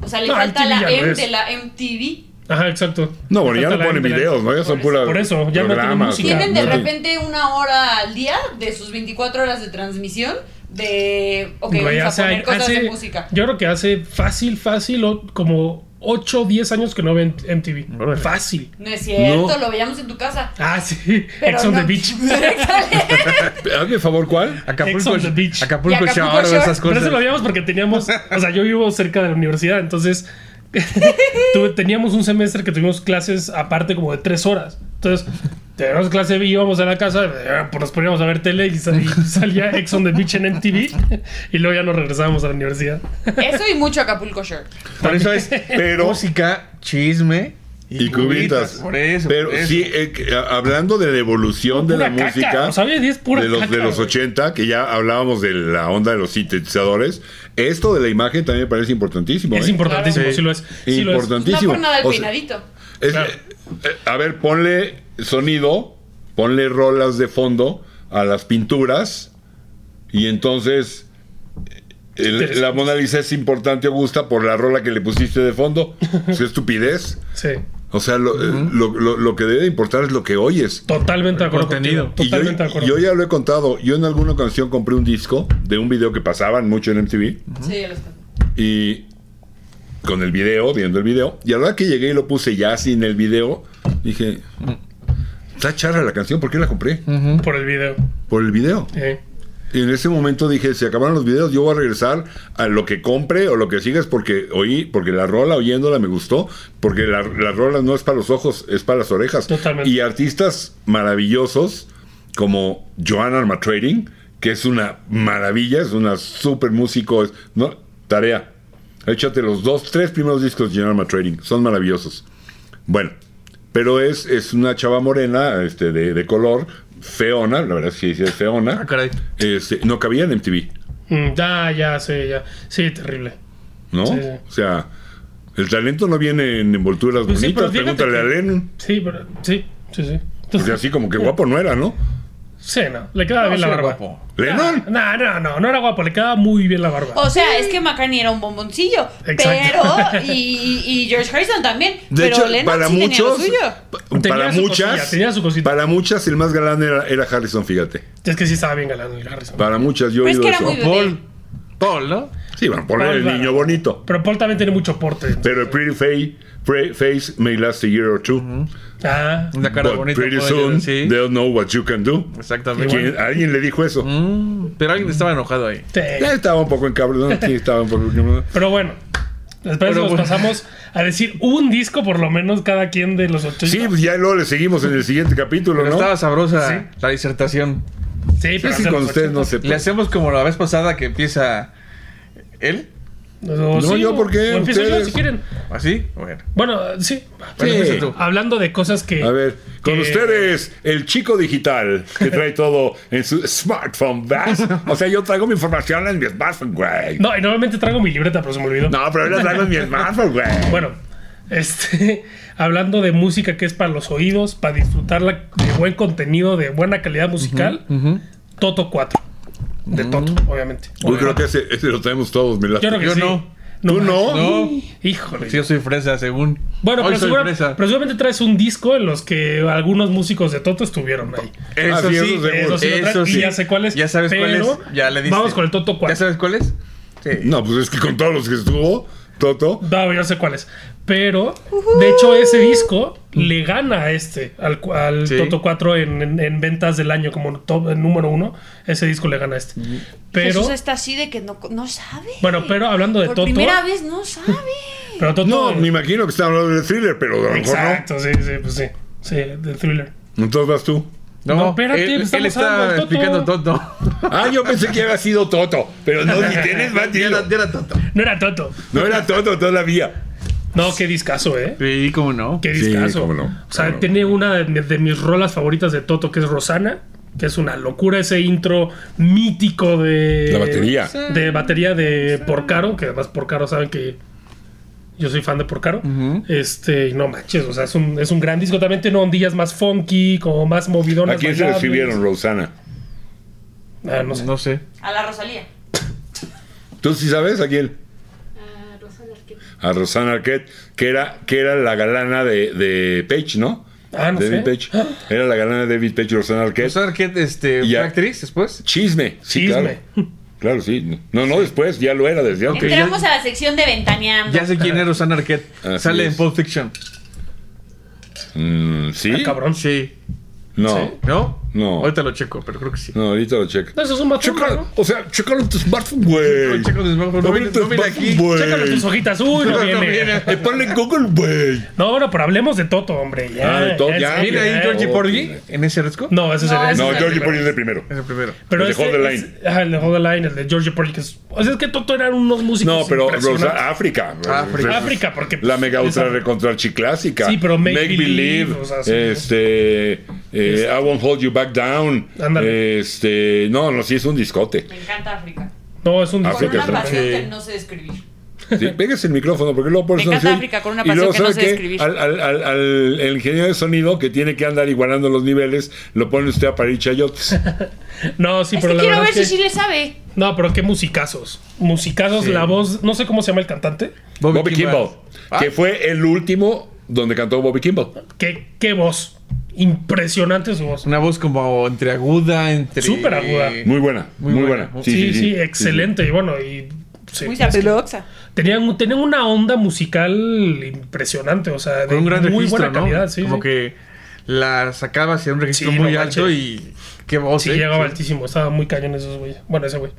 O sea, le
No,
falta
MTV ya
la
no
M
es.
de la MTV.
Ajá, exacto.
No, bueno, ya no
Falta la
ponen
M de la-
videos, ¿no? Ya son
Por eso-
puras
por eso, ya no tienen
programas.
música.
Tienen de
No tienen-
repente una hora al día de sus 24 horas de transmisión de. Ok,
Güey,
vamos
hace-
a poner cosas
hace-
de música.
Yo creo que hace fácil, fácil, o- como 8 o 10 años que no ven MTV.
Órale.
Fácil.
No es cierto,
No.
lo veíamos en tu casa.
Ah, sí.
Pero
Ex on
no.
the Beach.
Hazme favor, ¿cuál?
Ex
Acapulco,
on the beach.
Acapulco,
Y Acapulco
Shore,
Shore.
esas
Pero eso lo
cosas.
veíamos porque teníamos, o sea, yo vivo cerca de la universidad, entonces tuve- teníamos un semestre que tuvimos clases aparte como de tres horas. Entonces, teníamos clase, íbamos a la casa, eh, pues nos poníamos a ver tele y, sal- y salía Ex on the Beach en MTV y luego ya nos regresábamos a la universidad.
Eso y mucho Acapulco Shore.
Por eso es
Pero-
música, chisme
Y cubitas.
Por eso.
Pero
por eso.
sí, eh, que, a- hablando de la evolución de la
Pura caca,
música,
o sea, hoy en día es pura
de los,
caca,
de los
güey.
80, que ya hablábamos de la onda de los sintetizadores, esto de la imagen también me parece importantísimo.
Es
¿eh?
importantísimo,
Claro.
sí lo es. sí lo es.
No
importantísimo.
por nada el
O sea,
peinadito.
es-
Claro.
eh, eh, a ver, ponle sonido, ponle rolas de fondo a las pinturas y entonces eh, el-
Interesante.
la Mona Lisa es importante, Augusta, por la rola que le pusiste de fondo. Es estupidez.
Sí,
O sea, lo, eh, lo- lo- lo que debe de importar es lo que oyes.
totalmente de acuerdo.
contenido.
contigo,
Y yo,
Totalmente de acuerdo.
yo ya lo he contado. Yo en alguna ocasión compré un disco de un video que pasaban mucho en MTV.
Sí, yo los conozco.
Y con el video, viendo el video. Y a la hora que llegué y lo puse ya sin el video, dije: Está charra la canción, ¿por qué la compré?
Por el video.
Por el video.
eh.
Y en ese momento dije: Se acabaron los videos, yo voy a regresar a lo que compre o lo que sigas porque oí, porque la rola oyéndola me gustó. Porque la, la rola no es para los ojos, es para las orejas.
Totalmente.
Y artistas maravillosos como Joan Armatrading, que es una maravilla, es una super músico, es, no, tarea. Échate los dos, tres primeros discos de Joan Armatrading, son maravillosos. Bueno, pero es, es una chava morena, este, de, de color, feona, la verdad es que sí es feona.
Ah, caray.
Este, no cabía en MTV,
Mm, Ya, ya, sí, ya. Sí, terrible.
¿no?
Sí.
O sea, el talento no viene en envolturas
Pues sí,
bonitas,
pero fíjate
pregúntale a
que-
Lennon.
Sí, pero, sí, sí, sí.
Pues así como que guapo no era, ¿no?
Sí, no. Le quedaba
No,
bien
sí
la
era
barba.
guapo.
Lennon.
No, no, no. No era guapo. Le quedaba muy bien la barba.
O sea, es que McCartney era un bomboncillo.
Exacto.
Pero. Y, y George Harrison también.
De
pero
hecho,
Lennon
para
sí tenía lo
muchos,
suyo.
pa-
Tenía
para
su
muchas,
cosilla, tenía su cosita.
para muchas el más galán era, era Harrison, fíjate.
Es que sí estaba bien galán el Harrison.
Para muchas yo he
Pero es
oído
que era
eso.
muy bebé.
Paul. Paul, ¿no?
Sí, bueno, por el
Paul,
niño
claro.
bonito.
Pero Paul también tiene mucho porte.
Pero el pretty fa- pre- face may last a year or two.
Ah.
Una cara
but
bonita.
pretty
puede
soon
llegar, sí.
they'll know what you can do.
Exactamente.
¿Quién- ¿Alguien le dijo eso?
Mm, pero alguien estaba enojado ahí.
sí.
Ya estaba un poco encabronado. Sí, estaba un poco...
Pero bueno. Después
Pero
nos
bueno.
pasamos a decir un disco por lo menos cada quien de los 80.
Sí, pues ya luego le seguimos en el siguiente capítulo,
Pero
¿no?
estaba sabrosa
Sí.
la disertación.
Sí,
Sí,
pero
sí,
de
con
los
ustedes no
80.
se
Le
puede.
hacemos como la vez pasada que empieza él.
O
No, yo, ¿por qué?
o empiezo yo
Ustedes.
si quieren.
¿Así? Bueno.
Bueno, sí.
Sí.
empieza tú.
Hablando de cosas que.
A ver, con
que-
ustedes, el chico digital que trae todo en su smartphone, ¿ves? O sea, yo traigo mi información en mi smartphone, güey.
No, y normalmente traigo mi libreta, pero se me olvidó.
No, pero yo la traigo en mi smartphone, güey.
Bueno, este, hablando de música que es para los oídos, para disfrutarla de buen contenido, de buena calidad musical, Toto 4. De Toto, obviamente.
Yo creo que ese, ese lo tenemos todos, mi
Yo creo que
Yo
sí.
no.
¿Tú no?
No.
Híjole.
Si yo soy fresa, según.
bueno,
Hoy
pero,
soy
segura-
fresa.
pero seguramente traes un disco en los que algunos músicos de Toto estuvieron ahí.
Ah,
Eso
sí,
sí,
eso seguro.
Eso sí, lo
eso
traen, y
sí.
ya sé cuál es.
Ya sabes cuál
pero
es. Ya le diste.
Vamos con el Toto 4.
¿Ya sabes cuál es? Sí.
No, pues es que con todos los que estuvo, Toto.
No, yo sé cuál es. Pero, de hecho, ese disco le gana a este, al, cu- al
Sí.
Toto 4 en, en- en ventas del año como top el número uno. Ese disco le gana a este. Pero,
Jesús está así de que no, no sabe.
Bueno, pero hablando de
Por
Toto-
primera vez no sabe.
pero Toto.
No, me imagino que están hablando de thriller, pero a lo mejor no.
Exacto, sí, sí, pues sí. Sí, de thriller.
Entonces vas tú.
No,
No, espérate,
él,
estamos
él
hablando
está
del Toto.
explicando Toto.
Ah, yo pensé que había sido Toto, pero no, si tienes más
Ya
dilo.
era, ya era Toto.
No era Toto.
No era Toto todavía.
No, qué discazo, ¿eh?
Sí, cómo no.
Qué
Sí,
discazo.
cómo no,
o sea,
cómo no.
tiene una de, mi- de mis rolas favoritas de Toto, que es Rosana, que es una locura ese intro mítico de.
La batería.
De batería de Porcaro, que además Porcaro saben que yo soy fan de Porcaro. Este, y no manches, o sea, es un, es un gran disco. También tiene ondillas más funky, como más
¿A
movidonas.
quién se le
bailables.
escribieron, Rosana?
Ah, no sé.
No sé.
A la Rosalía.
¿Tú sí sabes a quién?
Ah, Rosana Arquette.
A Rosana Arquette, que era, que era la galana de, de Page, ¿no?
Ah, no
David
sé.
Page. Era la galana de David Page, Rosana Arquette.
¿Rosana Arquette este,
Ya.
fue actriz después?
Chisme. Sí,
Chisme.
Claro. Claro, sí. No, no, después ya lo era desde antes.
Entramos a la sección de Ventaneando.
Ya sé quién es Rosana Arquette.
Así
Sale
es.
en Pulp Fiction.
Mm, ¿Sí?
Ah, cabrón.
Sí.
no.
¿No?
No.
Ahorita lo checo, pero creo que sí.
No, ahorita lo checa.
No, eso es un matón,
Checa-
¿no?
o sea, chécalo en tu smartphone, güey.
No, checo en tu smartphone, no
Chécalo
viene-
en tu
no viene
smartphone,
aquí.
güey.
Chécalo tus hojitas. Uy, no
No, no
viene.
viene.
Eh, ponle en Google, güey.
No, bueno, pero hablemos de Toto, hombre. Ya,
Ah, de Toto, ya.
en serio,
¿Viene ahí
ya.
Georgie
Oh,
Porgy
mira.
en ese disco?
No, ese es el-
No,
ese
No,
es el
Georgie
primero.
Porgy es el primero.
Es el primero.
Pero
El de
ese
Hold the
es-
Line.
ajá, el de Hold the Line, el de Georgie Porgy, que es, o sea, es que Toto eran unos músicos.
No, pero
impresionantes.
Rosa- África.
África.
África, porque
pues,
pues,
La mega ultra
esa-
recontra clásica.
Sí, pero Make Believe,
Believe.
o sea, sí.
este. eh, I won't hold you back down.
Ándale.
Este. No, no, sí, es un discote.
Me encanta África.
No, es un
Ah,
Con
África
una
es
pasión
sí.
que no sé describir.
Sí, pégase el micrófono, porque luego por
Me
eso.
encanta
sí.
África con una
Y
pasión
luego,
que no
¿sabe
sé
qué?
describir.
Al, al- al- al- el ingeniero de sonido que tiene que andar igualando los niveles, lo pone usted a parir chayotes.
No, sí,
es
pero
que
la
quiero ver
verdad es que...
si sí le sabe.
No, pero qué musicazos. Musicazos,
Sí.
la voz... No sé cómo se llama el cantante.
Bobby, Kimball,
Ah,
que fue el último donde cantó Bobby Kimball.
Qué, qué voz. Impresionante su voz.
Una voz como entre aguda, entre.
Súper aguda.
Muy buena, muy,
Muy
buena.
buena.
Sí, sí, excelente. Y bueno, y... sí,
Muy
es que
sapeloxa.
tenían, un- tenían una onda musical impresionante, o sea, de
Con un gran
muy
registro,
buena
¿no?
calidad, sí.
como
sí.
que la sacaba hacia un registro
Sí, no
muy
manches.
alto y. Qué voz.
Sí,
¿eh?
llegaba
Sí.
altísimo, estaba muy cañón esos güeyes. Bueno, ese güey.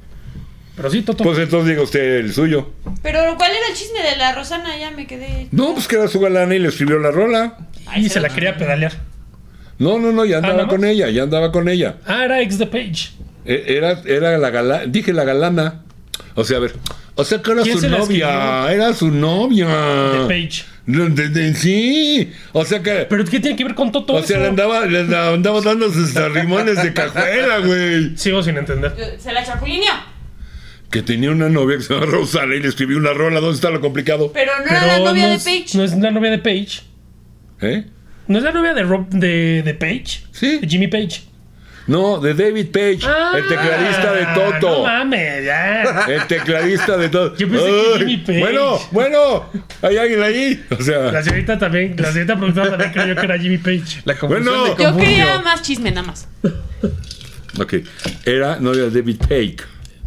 Pero sí, Toto.
Pues entonces diga usted el suyo.
Pero, ¿cuál era el chisme de la Rosana? Ya me quedé.
No, pues que era su galana y le escribió la rola.
y se la quería pedalear.
No, no, no, ya andaba
Ah, ¿nada más?
con ella, ya andaba con ella.
Ah, era ex The Page.
E- Era, era la galana, dije la galana. O sea, a ver. O sea que era
¿Quién
su
se la
novia, era su novia.
The Page.
De- de- de- sí. O sea que.
¿Pero qué tiene que ver con Toto?
o sea,
eso?
le andaba, le andaba andaba dando sus arrimones de cajuela, güey.
Sigo sin entender.
Yo- Se la chapulineó.
Que tenía una novia que se llama Rosana y le escribió una rola. ¿Dónde está lo complicado?
Pero no era la novia
no
de
es-
Paige.
No es la novia de Page.
¿Eh?
¿No es la novia de Rob de, de Page?
Sí.
De Jimmy Page.
No, de David Page,
Ah.
el tecladista de
Ah, No
Toto.
mames, ya.
el tecladista de Toto.
Yo pensé que
Ay,
Jimmy Page.
Bueno, bueno, hay alguien ahí. O
La
sea,
señorita también, la señorita productora también creyó que era Jimmy Page.
La confusión
Bueno.
de
Yo
Yo
Confundio.
quería más chisme, nada más.
ok. Era novia de David Page.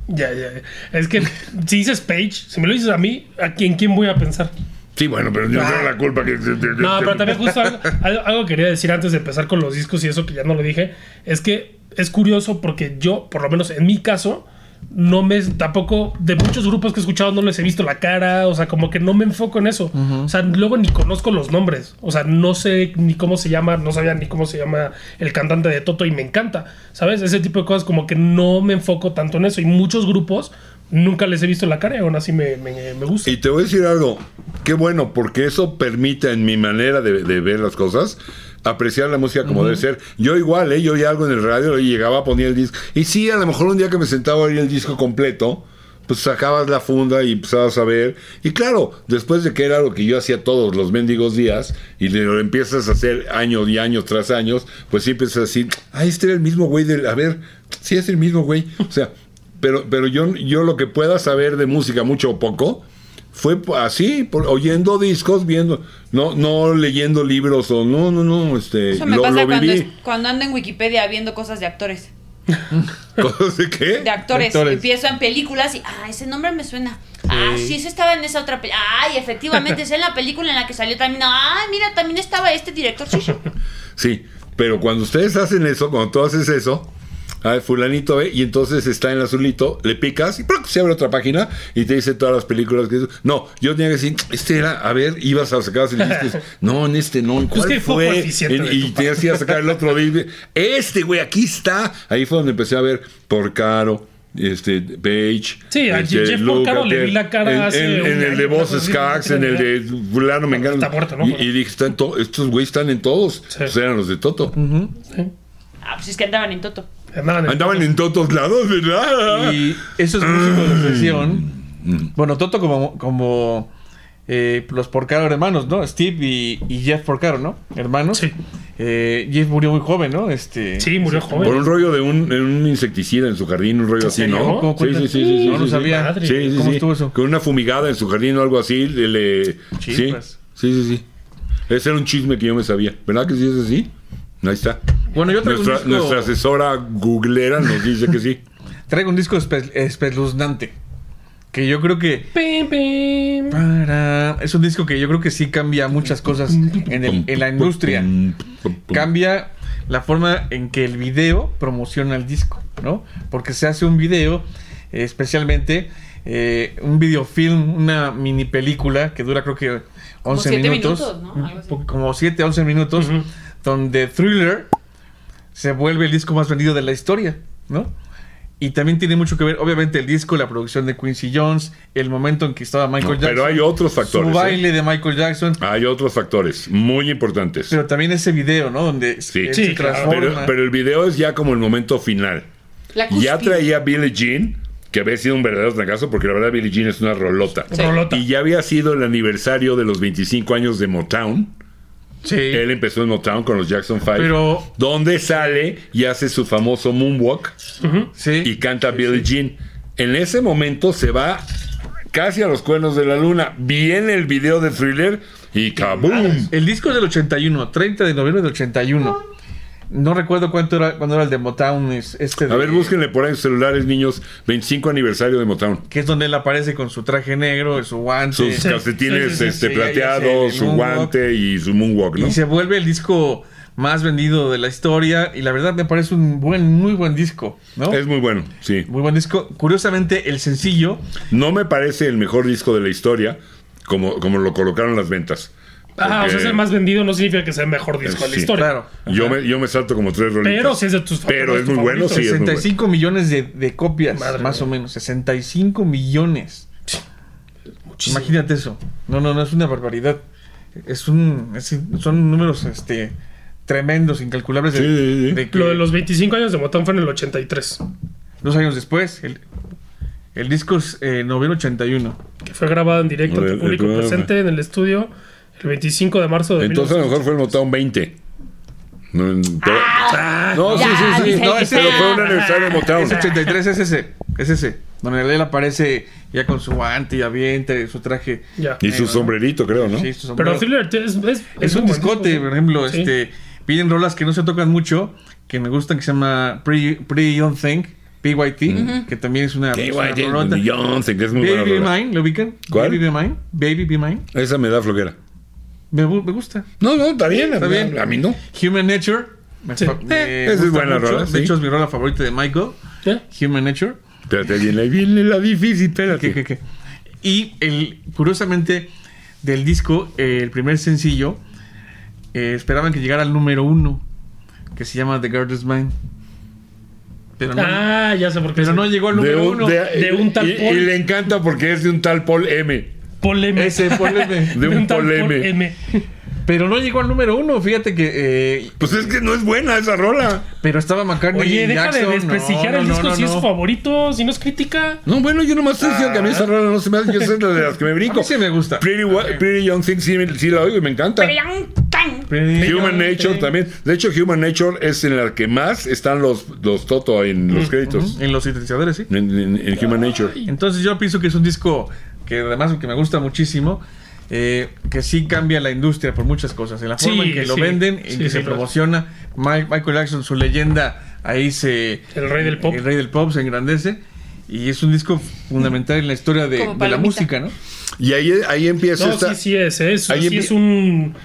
Ya, ya. ya. Es que si dices Page, si me lo dices a mí, ¿a quién, quién voy a pensar?
Sí, bueno, pero yo no tengo la culpa que.
No,
Este,
pero también justo algo, algo- algo quería decir antes de empezar con los discos y eso que ya no lo dije, es que es curioso porque yo, por lo menos en mi caso, no me tampoco de muchos grupos que he escuchado no les he visto la cara, o sea, como que no me enfoco en eso. O sea, luego ni conozco los nombres, o sea, no sé ni cómo se llama, no sabía ni cómo se llama el cantante de Toto y me encanta, ¿sabes? Ese tipo de cosas como que no me enfoco tanto en eso y muchos grupos nunca les he visto la cara y aún así me, me, me gusta.
Y te voy a decir algo, qué bueno, porque eso permite en mi manera de, de ver las cosas, apreciar la música como debe ser. Yo igual, ¿eh? yo oía algo en el radio y llegaba, ponía el disco. Y sí, a lo mejor un día que me sentaba a oír el disco completo, pues sacabas la funda y empezabas a ver. Y claro, después de que era lo que yo hacía todos los mendigos días, y le- lo empiezas a hacer años y años tras años, pues sí empiezas a decir, ah, este era el mismo güey del... A ver, sí es el mismo güey. O sea... Pero, pero yo, yo lo que pueda saber de música, mucho o poco, fue po- así, por- oyendo discos, viendo, no, no leyendo libros o no, no, no, este,
Eso me
lo,
pasa
lo
cuando, es-
viví.
cuando ando en Wikipedia viendo cosas de actores.
¿Cosas de qué?
De actores.
Actores.
Empiezo en películas y, ah, ese nombre me suena. Ah, sí, ese estaba en esa otra película. Ay, efectivamente, es en la película en la que salió también. Ah, mira, también estaba este director. Sí, sí.
Sí, pero cuando ustedes hacen eso, cuando tú haces eso, a ver, fulanito ve y entonces está en el azulito, le picas y ¡pruc! se abre otra página y te dice todas las películas que... No, yo tenía que decir, este era, a ver, ibas a sacar el disco. No, en este no, ¿en
Pues
cuál
que fue
fue?
eficiente
En-
de
y
tu
tenías que ir a sacar el otro disco. Este, güey, aquí está. Ahí fue donde empecé a ver por caro. Este, Page.
Sí, a
este,
Jeff Porcaro le vi la cara
en,
hace
en-
un
en el de
año,
Boss
una cosa así,
Skaggs,
no
en
tenía
el
ni
de Fulano Mengano.
Está muerto, ¿no?
Y, y dije, está en to- estos güeyes están en todos.
Sí.
Pues eran los de Toto.
Sí.
Ah, pues es que andaban en Toto.
¿eh? Andaban en-
Andaban en todos lados, ¿verdad?
Y esos músicos de sesión. Bueno, Toto como, como eh, los Porcaro hermanos, ¿no? Steve y, y Jeff Porcaro, ¿no? Hermanos.
Sí.
Eh, Jeff murió muy joven, ¿no? Este,
Sí, murió joven.
Por un rollo de un, en un insecticida en su jardín, un rollo así,
serio?
¿no?
¿Cómo
Sí,
cuenta?
sí, sí, sí, sí,
No, no
sí,
sabía.
Madre.
Sí, sí,
¿Cómo
sí.
estuvo eso?
Con una fumigada en su jardín o algo así, le... le- sí, sí,
Chispas.
sí, sí. Ese era un chisme que yo me sabía. ¿Verdad que sí es así? Ahí está.
Bueno, yo traigo
Nuestra,
un disco,
nuestra asesora googlera nos dice que sí.
traigo un disco espe- espeluznante. Que yo creo que.
Pim, pim.
Para- Es un disco que yo creo que sí cambia muchas cosas en, el- en la industria. Cambia la forma en que el video promociona el disco, ¿no? Porque se hace un video, eh, especialmente eh, un videofilm, una mini película que dura creo que 11
siete
minutos.
minutos,
Mm,
¿no? Algo así.
po- Como 7, 11 minutos,
Ujú.
donde Thriller se vuelve el disco más vendido de la historia, ¿no? Y también tiene mucho que ver, obviamente, el disco, la producción de Quincy Jones, el momento en que estaba Michael Jackson.
Pero hay otros factores.
Su
¿eh? Ah.
baile de Michael Jackson.
Hay otros factores muy importantes.
Pero también ese video, ¿no? Donde
Sí.
él
Sí,
se
claro.
transforma.
Pero, pero el video es ya como el momento final.
La
Ya
cúspide.
traía Billie Jean, que había sido un verdadero trancazo, porque la verdad Billie Jean es una rolota.
Sí. Rolota.
Y ya había sido el aniversario de los 25 años de Motown.
Sí.
Él empezó en Motown con los Jackson Five.
Pero-
Donde sale y hace su famoso Moonwalk
Sí.
y canta Billie Jean. En ese momento se va casi a los cuernos de la luna. Viene el video de Thriller y ¡kaboom!
El disco es del 81, 30 de noviembre del 81. No recuerdo cuánto era, cuándo era el de Motown. es- Este de-
A ver, búsquenle por ahí en sus celulares, niños. 25 aniversario de Motown.
Que es donde él aparece con su traje negro, su guante.
sus
Sí,
calcetines
sí, sí,
este,
sí, ya, ya sé, el
plateados, su
moonwalk.
guante y su moonwalk, ¿no?
Y se vuelve el disco más vendido de la historia. Y la verdad me parece un buen, muy buen disco, ¿no?
Es muy bueno, sí.
Muy buen disco. Curiosamente, el sencillo
No me parece el mejor disco de la historia, como, como lo colocaron las ventas.
Ah, o sea, es el más vendido, no significa que sea el mejor disco de la
Sí,
historia.
claro.
Yo me, yo me salto como tres rolitas.
Pero si es de tus
Pero es
favoritos,
muy bueno, sí, es muy bueno.
65 millones de, de copias,
Madre
más
mía.
o menos. 65 millones. Imagínate eso. No, no, no es una barbaridad. Es un, es- son números, este, tremendos, incalculables. de-
Sí, sí, sí.
de que
Lo de los 25 años de Motown fue en el 83,
dos años después, el, el disco es eh, noviembre 81.
que fue grabado en directo
El-
ante
el
público
programa.
presente en el estudio el 25 de marzo de
Entonces a lo
1900.
mejor fue el Motown 20. No, en- pero-
Ah,
no, sí,
ya,
sí, sí.
Vicente,
No, ese pero fue un
ya.
aniversario de Motown.
Es 83, es ese. Es ese. Donde él aparece ya con su guante, ya bien, tra- su traje. Eh,
Ya.
Y su sombrerito, creo, ¿no?
Sí, su sombrero.
Pero Thriller es, es,
Es un
como-
discote,
¿eh?
por ejemplo,
Sí.
este, piden rolas que no se tocan mucho, que me gustan, que se llama Pretty, Pretty Young Thing, PYT, que también es una,
Qué
es
guay,
una rolota.
Beyoncé, que es muy buena
Baby Be
rola.
Mine, ¿lo ubican?
¿Cuál?
Baby Be Mine, Baby Be Mine,
Esa me da flojera.
me, gu- me gusta.
No, no, está bien.
Está
a,
bien.
a mí no.
Human Nature, me,
Sí.
fa- me
Eh, esa es
gusta
buena
mucho.
rola, sí.
De hecho, es mi rola favorita de Michael,
¿Ya?
Human Nature.
Espérate, viene, viene la difícil,
Que-
espérate.
que- que- Y el, curiosamente, del disco, eh, el primer sencillo, eh, esperaban que llegara al número uno, que se llama The Girl Is Mine. Pero no,
Ah, ya sé por qué.
pero
sí.
no llegó al
De
número
un,
uno.
de-
de un tal
y,
Paul.
y le encanta porque es de un tal Paul M.
Poleme.
Ese, ponle-
De un
tal
Paul M.
Poleme.
pero no llegó al número uno, fíjate que. eh,
Pues es que no es buena esa rola.
pero estaba McCartney.
Oye,
y
deja de
Jackson,
desprestigiar
no,
el
no,
disco
no,
si es
no.
su favorito, si no es crítica.
No, bueno, yo nomás estoy diciendo que a mí esa rola no se me hace. Yo sé la de las que me
A mí
brinco.
sí me gusta.
Pretty, Wa- Pretty Young Thing sí, me- sí la oigo y me encanta.
Pretty
Human
Young
Nature
Thing.
también. De hecho, Human Nature es en la que más están los, los Toto en los créditos.
En los sintetizadores, sí.
En, en- en Human Nature.
Entonces yo pienso que es un disco que además que me gusta muchísimo, eh, que sí cambia la industria por muchas cosas, en la
Sí,
forma en que lo
sí.
venden, en
Sí,
que
sí,
se
claro.
promociona. Mi- Michael Jackson, su leyenda, ahí se...
El rey del pop.
El rey del pop se engrandece. Y es un disco fundamental en la historia de,
Como
de la
palomita.
música, ¿no?
Y ahí, ahí empieza
No,
esta.
sí, sí es, es,
Ahí
sí
empie-
es un,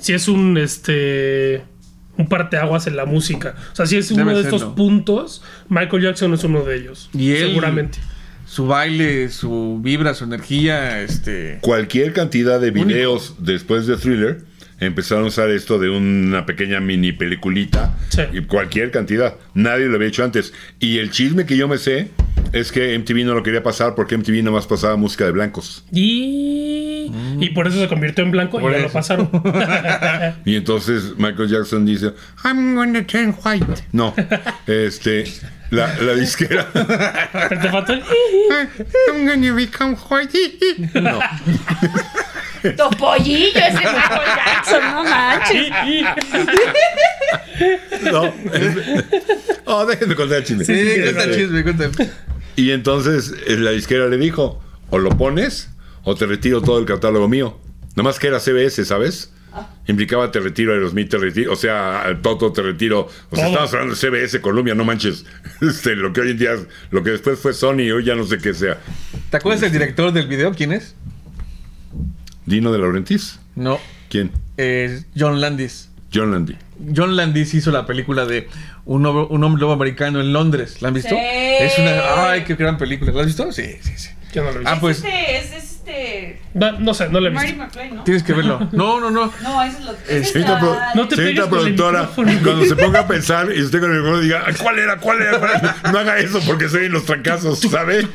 sí es un, este, un parteaguas en la música. O sea, sí es uno
Debe
de
serlo.
estos puntos. Michael Jackson es uno de ellos.
Y él-
seguramente.
Su baile, su vibra, su energía, este...
Cualquier cantidad de videos después de Thriller empezaron a usar esto de una pequeña mini peliculita.
Sí.
Y cualquier cantidad. Nadie lo había hecho antes. Y el chisme que yo me sé es que MTV no lo quería pasar porque MTV nomás pasaba música de blancos.
Y, y por eso se convirtió en blanco
Por
y ya lo
eso.
pasaron.
Y entonces Michael Jackson dice, I'm gonna turn white. No, este, la, la disquera.
Pero te faltó el-
I'm gonna become white. No.
Topollillo ese Michael Jackson, no manches.
No. Oh, déjenme contar el chisme.
Sí, cuenta el Eh, chisme, cuenta el-
Y entonces eh, la disquera le dijo, o lo pones o te retiro todo el catálogo mío. Nada más que era CBS, ¿sabes?
Ah.
Implicaba te retiro, Aerosmith te retiro, o sea, al Toto te retiro. O sea,
Todo.
estabas hablando de CBS, Colombia, no manches. Este, lo que hoy en día, es- lo que después fue Sony, hoy ya no sé qué sea.
¿Te acuerdas del director del video? ¿Quién es?
Dino de Laurentiis.
No,
¿Quién?
es John Landis.
John Landy.
John Landis hizo la película de un, hom- un hombre lobo americano en Londres. ¿La han visto?
Sí.
Es una. ¡Ay, qué gran película! ¿La has visto? Sí, sí, sí.
Yo no lo he visto.
Ah, pues
Este es este.
No, no sé, no lo he
Marty
visto.
McFly, ¿no?
tienes que verlo. No, no, no.
No, eso es lo que.
Este-
esa es
Señorita, pro-
la-
No te
señorita
pegues con el
productora,
micrófono.
cuando se ponga a pensar y usted con el micrófono diga, "Ay, ¿cuál era? ¿Cuál era? ¿Cuál era?". No haga eso porque se oyen los trancazos, ¿sabe?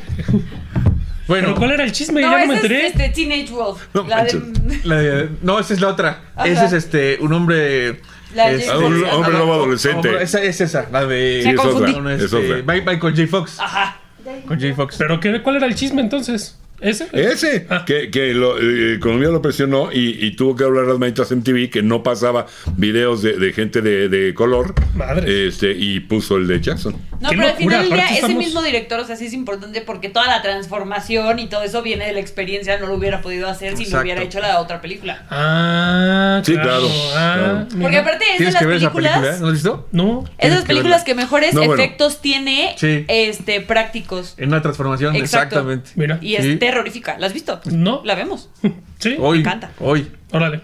Pero
Bueno,
¿cuál era el chisme?
No,
ya no me
ese
enteré.
es este Teenage Wolf.
No
la de.
manches.
la de- no, esa es la otra.
Ajá.
Esa es este, un hombre.
La
este,
de- Un
hombre lobo adolescente.
hombre- esa es esa, la de.
Sí, es
confundí. Ah.
otra,
con este,
es otra.
Bye Bye con J. Fox.
Ajá.
Con J. Fox.
Pero qué, ¿cuál era el chisme entonces? ¿Ese?
¿Eh?
Ese,
Ah.
que, que lo, eh, Colombia lo presionó y, y tuvo que hablar las manitas MTV que no pasaba videos de, de gente de, de color.
Madre.
Este, y puso el de Jackson.
No,
Qué
pero al
locura,
final del día,
aparte
ese
estamos-
mismo director, o sea, sí es importante porque toda la transformación y todo eso viene de la experiencia, no lo hubiera podido hacer si
Exacto.
no hubiera hecho la otra película.
Ah,
Sí,
claro.
claro,
Ah,
claro.
mira.
Porque aparte es de
Tienes
las
que ver esa
películas.
película. ¿eh? ¿No la has visto?
No.
Esas
que
películas
verla.
que mejores
No, bueno.
efectos tiene
Sí.
este prácticos.
En una transformación,
Exacto.
exactamente.
Mira.
Y es
Sí.
terrorífica. ¿La has visto?
No.
La vemos.
Sí.
Hoy.
encanta.
Hoy.
Órale.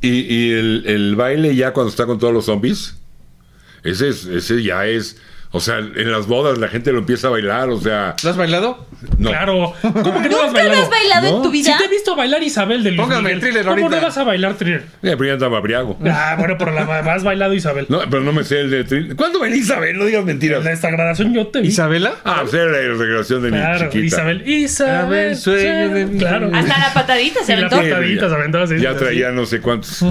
Y, y el, el baile ya cuando está con todos los zombies, ese, es, ese ya es. O sea, en las bodas la gente lo empieza a bailar, o sea.
¿Lo has bailado?
No.
Claro. ¿Cómo que no has
¿Nunca
bailado?
la has bailado
No.
en tu
Si
vida?
te he visto bailar Isabel de Luis
Póngame
Miguel,
thriller
¿Cómo
ahorita.
no vas a bailar thriller?
Eh, pero ya andaba briago.
Ah, bueno, pero la has bailado Isabel.
No, pero no me sé el de Trin- ¿Cuándo venís Isabel? No digas
La
mentiras.
desagradación yo te vi.
¿Isabela?
Ah, pues era la recreación de mi
Claro,
chiquita.
Isabel.
A ver,
Isabel.
sueño de mi-
Claro.
Hasta la patadita se
Y la
aventó.
Sí,
patadita se aventaba así.
Ya traía no sé cuántos.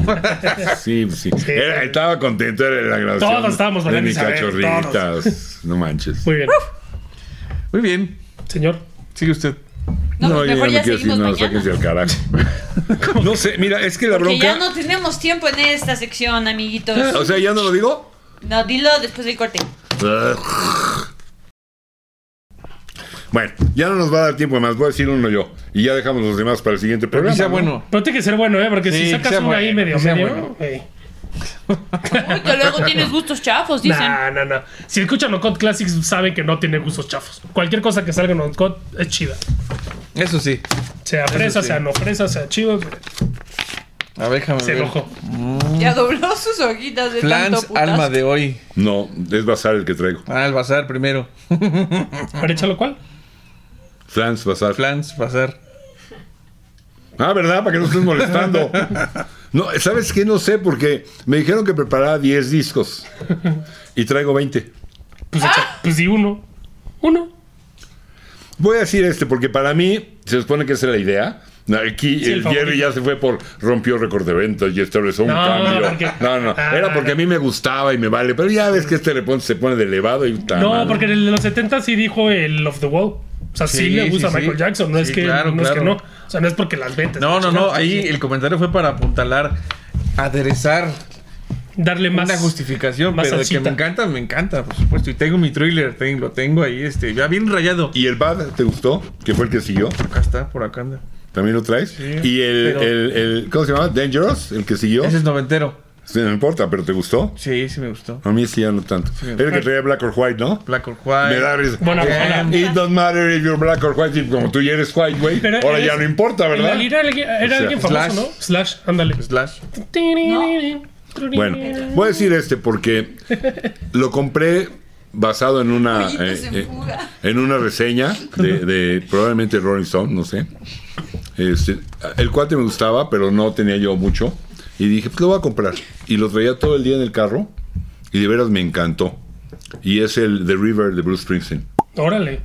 Sí, pues sí. Era- estaba contento de la grabación.
Todos estábamos
de
bailando
mis
Isabel,
cachorritas. No manches.
Muy bien.
Muy bien.
Señor.
Sigue usted.
No,
No,
pues
yo
mejor
ya
ya
no quiero decir
seguimos
nada,
mañana.
sáquense al carajo. No sé, mira, es que la
Porque
bronca.
ya no tenemos tiempo en esta sección, amiguitos.
O sea, ya no lo digo.
No, dilo después del corte.
Bueno, ya no nos va a dar tiempo más. Voy a decir uno yo. Y ya dejamos los demás para el siguiente
Pero
programa.
que sea
¿no?
bueno.
Pero tiene que ser bueno, ¿eh? Porque
Sí,
si
que
sacas
sea
uno ahí
bueno,
medio,
que sea
medio.
bueno.
eh,
Uy, que luego tienes gustos chafos, dicen.
nah, nah, nah. Si escuchan Cod Classics, saben que no tiene gustos chafos. Cualquier cosa que salga en Cod es chida.
Eso sí.
Sea fresa,
sí.
sea no fresa, sea chido. pero
A ver, déjame
Se
ver.
enojó.
Ya dobló sus hojitas de
Flans
tanto putazo.
Alma de hoy.
No, es Bazar el que traigo.
Ah, el bazar primero.
Pero échalo cual.
Flans Bazar.
Flans, bazar.
Ah, ¿verdad? Para que no estés molestando. No, ¿sabes qué? No sé, porque me dijeron que preparaba 10 discos. Y traigo 20.
Pues, echa- pues di uno. Uno.
Voy a decir este, porque para mí se supone que esa era la idea. Aquí
Sí, el
el Jerry
favorito.
ya se fue por rompió récord de ventas y estableció un
No,
cambio.
porque-
no, no,
Ah,
era porque a mí me gustaba y me vale, pero ya ves que este le pon- se pone de elevado y tal.
No, porque en el de los 70 sí dijo el Of the Wall. O sea, sí,
Sí,
le gusta
sí,
Michael
sí.
Jackson, no, es
Sí,
que,
claro,
no es que
claro.
no. O sea, no es porque las pues ventas.
No, no, no. Ahí el comentario fue para apuntalar, aderezar
Darle más.
una justificación.
más
Pero de que
salsita.
me encanta, me encanta, por supuesto. Y tengo mi thriller, tengo, lo tengo ahí, este, ya bien rayado.
¿Y el Bad te gustó? Que fue el que siguió.
Acá está, por acá anda.
¿También lo traes? y el,
pero-
el- el- ¿Cómo se llama? ¿Dangerous? ¿El que siguió?
Ese es noventero.
Sí, No importa, pero ¿te gustó?
Sí, sí me gustó.
A mí sí, ya no tanto. Era el que traía Black or White, ¿no?
Black or White.
Me da risa. Eh,
Buena rola.
It don't matter if you're black or white, y como tú ya eres white, güey.
Pero
Ahora
eres-
ya no importa,
En la
¿verdad?
lira era era
O sea,
alguien famoso,
Slash.
¿no? Slash, ándale.
Slash.
Bueno, voy a decir este porque lo compré basado en una
Pollitos en
eh, eh,
fuga.
en una reseña de, de probablemente Rolling Stone, no sé. Este, el cuate me gustaba, pero no tenía yo mucho. Y dije, pues lo voy a comprar. Y lo traía todo el día en el carro. Y de veras me encantó. Y es el The River de Bruce Springsteen.
Órale.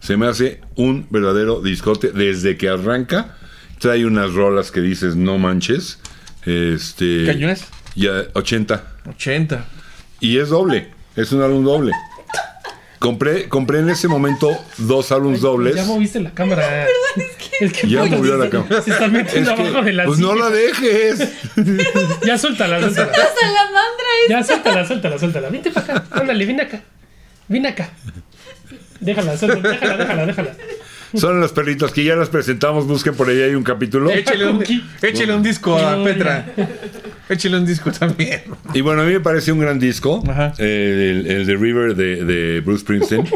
Se me hace un verdadero discote. Desde que arranca, trae unas rolas que dices, no manches. Este,
¿Qué año es?
Ya, 80.
80.
Y es doble, es un álbum doble. Compré, compré en ese momento dos álbumes dobles.
Ya moviste la cámara. es que.
Ya
puta,
movió
se-
la cámara.
Se están
Es
metiendo
que,
abajo de la
pues no
silla.
la dejes.
Ya suéltala, suéltala.
Hasta la mandra
Ya suéltala, suéltala, suéltala. Vente para acá. Ándale, ven acá. Ven acá. Déjala, suéltala, déjala, déjala, déjala.
Son las perritas que ya las presentamos. Busquen por ahí, hay un capítulo.
Échele un, échele un disco a Petra. Échele un disco también.
Y bueno, a mí me parece un gran disco.
Ajá.
eh, El, el The River de, de Bruce Springsteen.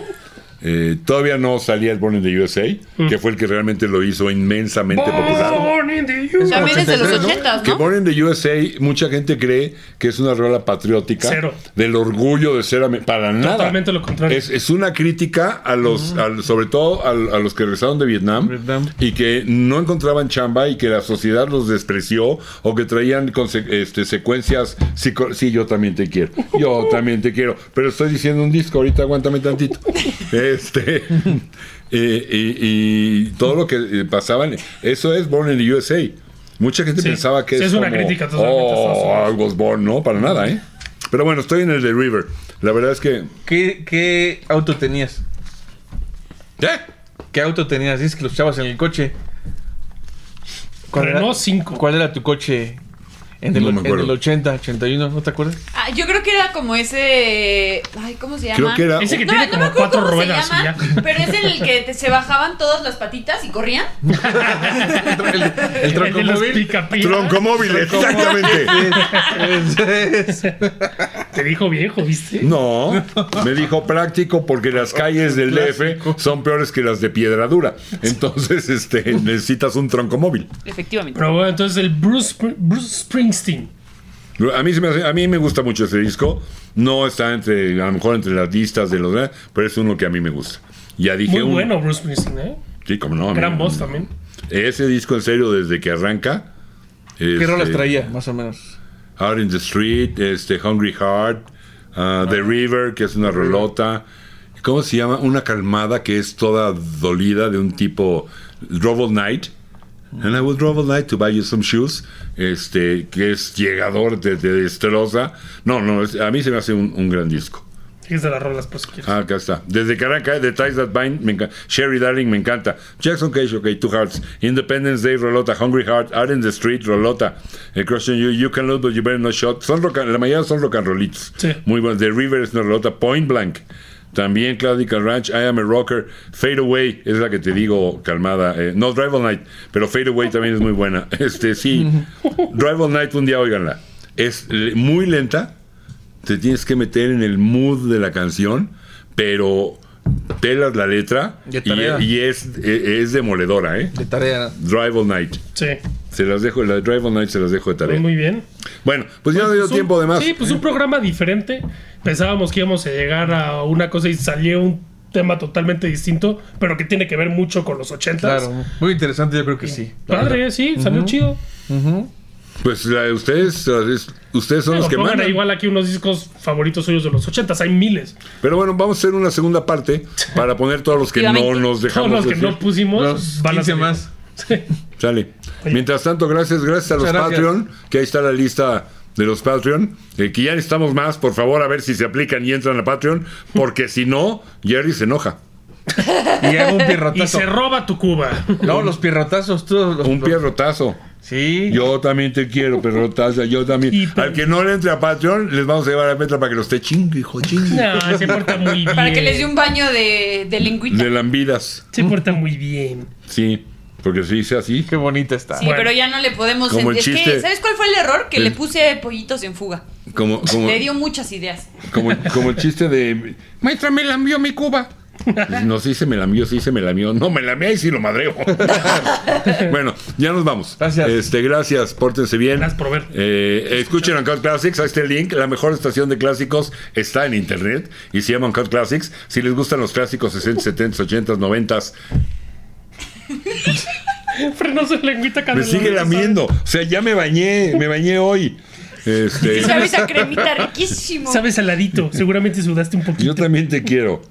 Eh, todavía no salía el Born in the USA, que fue el que realmente lo hizo inmensamente popular.
Born in the US.
También es de los
83, ¿no?
ochentas,
Que
¿no?
Born in the USA, mucha gente cree que es una rola patriótica.
Cero.
Del orgullo de ser ame- Para nada.
Totalmente lo contrario.
Es, es una crítica a los, al- sobre todo al- a, los que regresaron de Vietnam,
Vietnam.
y que no encontraban chamba y que la sociedad los despreció o que traían conse- este, secuencias. psico- sí, yo también te quiero. Yo también te quiero. Pero estoy diciendo un disco, ahorita aguántame tantito. Este. eh, y, y todo lo que eh, pasaban, eso es Born in the USA. Mucha gente
Sí.
pensaba que
Sí,
es,
es una
como,
crítica totalmente a Estados
"Oh, I was born", no, para nada, ¿eh? Pero bueno, estoy en el de River. La verdad es que.
¿Qué, qué auto tenías?
¿Eh?
¿Qué auto tenías? Dices que los echabas en el coche.
Renault 5.
¿Cuál era tu coche en el,
No me
en
acuerdo.
el 80, 81? ¿No te acuerdas?
Ah, yo creo que era como ese. Ay, ¿cómo se llama?
Creo que era.
Ese que
No,
tiene
no me
como
acuerdo
cuatro
cómo
ruedas
se
y
llama,
ya.
pero es en el que te- se bajaban todas las patitas y corrían.
El, el
El
tronco
de los
móvil.
picapiedras.
Tronco móvil, exactamente.
Es- es-
Te dijo viejo, ¿viste?
No, me dijo práctico porque las calles del DF son peores que las de piedra dura. Entonces, este, necesitas un tronco móvil.
Efectivamente.
Pero bueno, entonces el Bruce, Spr- Bruce Springsteen.
A mí, se me hace- a mí me gusta mucho ese disco. No está entre, a lo mejor entre las listas de los, eh, pero es uno que a mí me gusta. Ya dije
Muy
un-
bueno, Bruce Springsteen, ¿eh?
Sí, como no. a mí-
Gran voz también.
Ese disco en serio desde que arranca.
¿Qué
este,
rolas traía, más o menos?
Out in the Street, este, Hungry Heart, uh, The River, que es una rolota. ¿Cómo se llama? Una calmada que es toda dolida de un tipo Drovel Night. And I would Drovel Night to buy you some shoes. Este, que es llegador, te, te destroza. No, no, es- a mí se me hace un, un gran disco.
Fíjense las rolas por si quieres.
Ah, acá está. Desde Caracas, The Ties That Bind, me encanta. Sherry Darling, me encanta. Jackson Cage, ok, Two Hearts. Independence Day, Rolota. Hungry Heart, Out in the Street, Rolota. Eh, Crushing You, You Can Lose But You Better Not Shot. Son rock, and- la mayoría son rock and rollitos.
Sí.
Muy buenos. The River es una Rolota. Point Blank. También Claudica Ranch, I Am a Rocker. Fade Away, es la que te digo calmada. eh, no, Drive All Night, pero Fade Away también es muy buena. Este, sí. Drive All Night, un día óiganla. Es eh, muy lenta, te tienes que meter en el mood de la canción, pero pelas la letra
De tarea.
y, y es, e- es demoledora, ¿eh?
De tarea.
Drive All Night.
Sí,
Se las dejo, la de Drive All Night se las dejo de
muy,
tarea.
muy bien.
Bueno, pues ya no dio
Pues un-
tiempo de más.
Sí, pues un programa diferente. Pensábamos que íbamos a llegar a una cosa y salió un tema totalmente distinto, pero que tiene que ver mucho con los ochentas.
Claro. Muy interesante, yo creo que sí.
Padre, sí, salió chido.
Pues la de ustedes, la de- ustedes son los
Pero
que
pongan
mandan.
igual aquí unos discos favoritos suyos de los ochentas, hay miles.
Pero bueno, vamos a hacer una segunda parte para poner todos los que no
Efectivamente,
nos
Todos
dejamos
los que
decir.
no pusimos
Los
van a
15
salir.
más.
Sí.
Sale. Mientras tanto, gracias, gracias a los
Muchas gracias.
Patreon, que ahí está la lista de los Patreon, eh, que ya necesitamos más, por favor, a ver si se aplican y entran a Patreon, porque si no, Jerry se enoja.
Y hago un
Y
pierrotazo.
se roba tu Cuba.
No, los pierrotazos, tú. Los,
Un pierrotazo.
Sí.
Yo también te quiero, pierrotazo, yo también.
Y pa-
Al que no le entre a Patreon, les vamos a llevar a Petra para que los esté chingue, hijo chingue.
No, se porta muy bien.
Para que les dé un baño de, de lengüita.
De lambidas.
Se porta muy bien.
Sí, porque si dice así.
Qué bonita está.
Sí,
Bueno.
pero ya no le podemos.
Como el
es
chiste.
que, ¿sabes cuál fue el error? Que
El-
le puse pollitos en fuga.
Como, como,
Le dio muchas ideas.
como, como el chiste de Maestra, me lambió mi cuba. No, sí se me lamió, sí se me lamió. No, me lamé y sí lo madreo. bueno, ya nos vamos.
Gracias.
Este, gracias, pórtense bien.
Gracias por ver.
Eh, escuchen Uncut Classics, ahí está el link. La mejor estación de clásicos está en internet y se llama Uncut Classics. Si les gustan los clásicos 60, 70, 80, 90,
Frenó su lengüita cada
me
vez
sigue
más.
lamiendo. O sea, ya me bañé, me bañé hoy. Este,
¿Sabes a cremita riquísimo?
Sabe saladito. Seguramente sudaste un poquito.
yo también te quiero.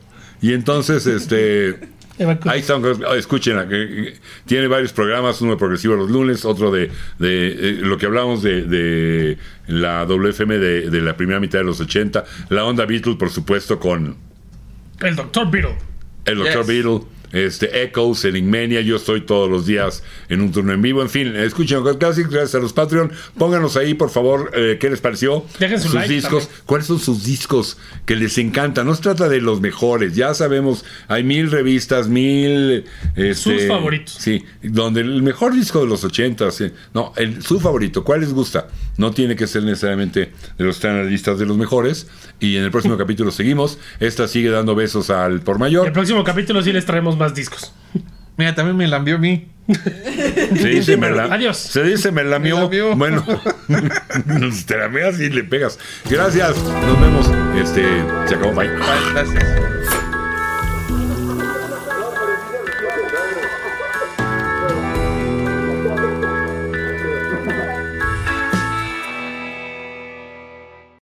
Y entonces, este.
Eva Cruz.
Ahí están, escuchen, eh, tiene varios programas, uno de Progresivo los lunes, otro de, de, eh, lo que hablamos de, de la WFM de, de la primera mitad de los 80, la onda Beatle, por supuesto, con
El doctor Beetle.
el Dr.
Yes.
Beatle, este, Echoes, Enigmania, yo estoy todos los días en un turno en vivo, en fin, escuchen Uncut Classics, gracias a los Patreon, pónganos ahí, por favor, eh, qué les pareció,
Dejen su
sus
like
discos, cuáles son sus discos que les encantan, no se trata de los mejores, ya sabemos, hay mil revistas, mil... este,
Sus favoritos.
Sí, donde el mejor disco de los 80, sí. no, el, su favorito, ¿cuál les gusta? No tiene que ser necesariamente de los que están en las listas de los mejores, y en el próximo capítulo seguimos, esta sigue dando besos al por mayor.
El próximo capítulo sí les traemos más discos.
Mira, también me lambió a mí.
Se dice me la-
Adiós.
Se dice me lamió.
Me lamió.
Bueno, te lameas y le pegas. Gracias. Nos vemos. Este, se acabó. Bye.
Gracias.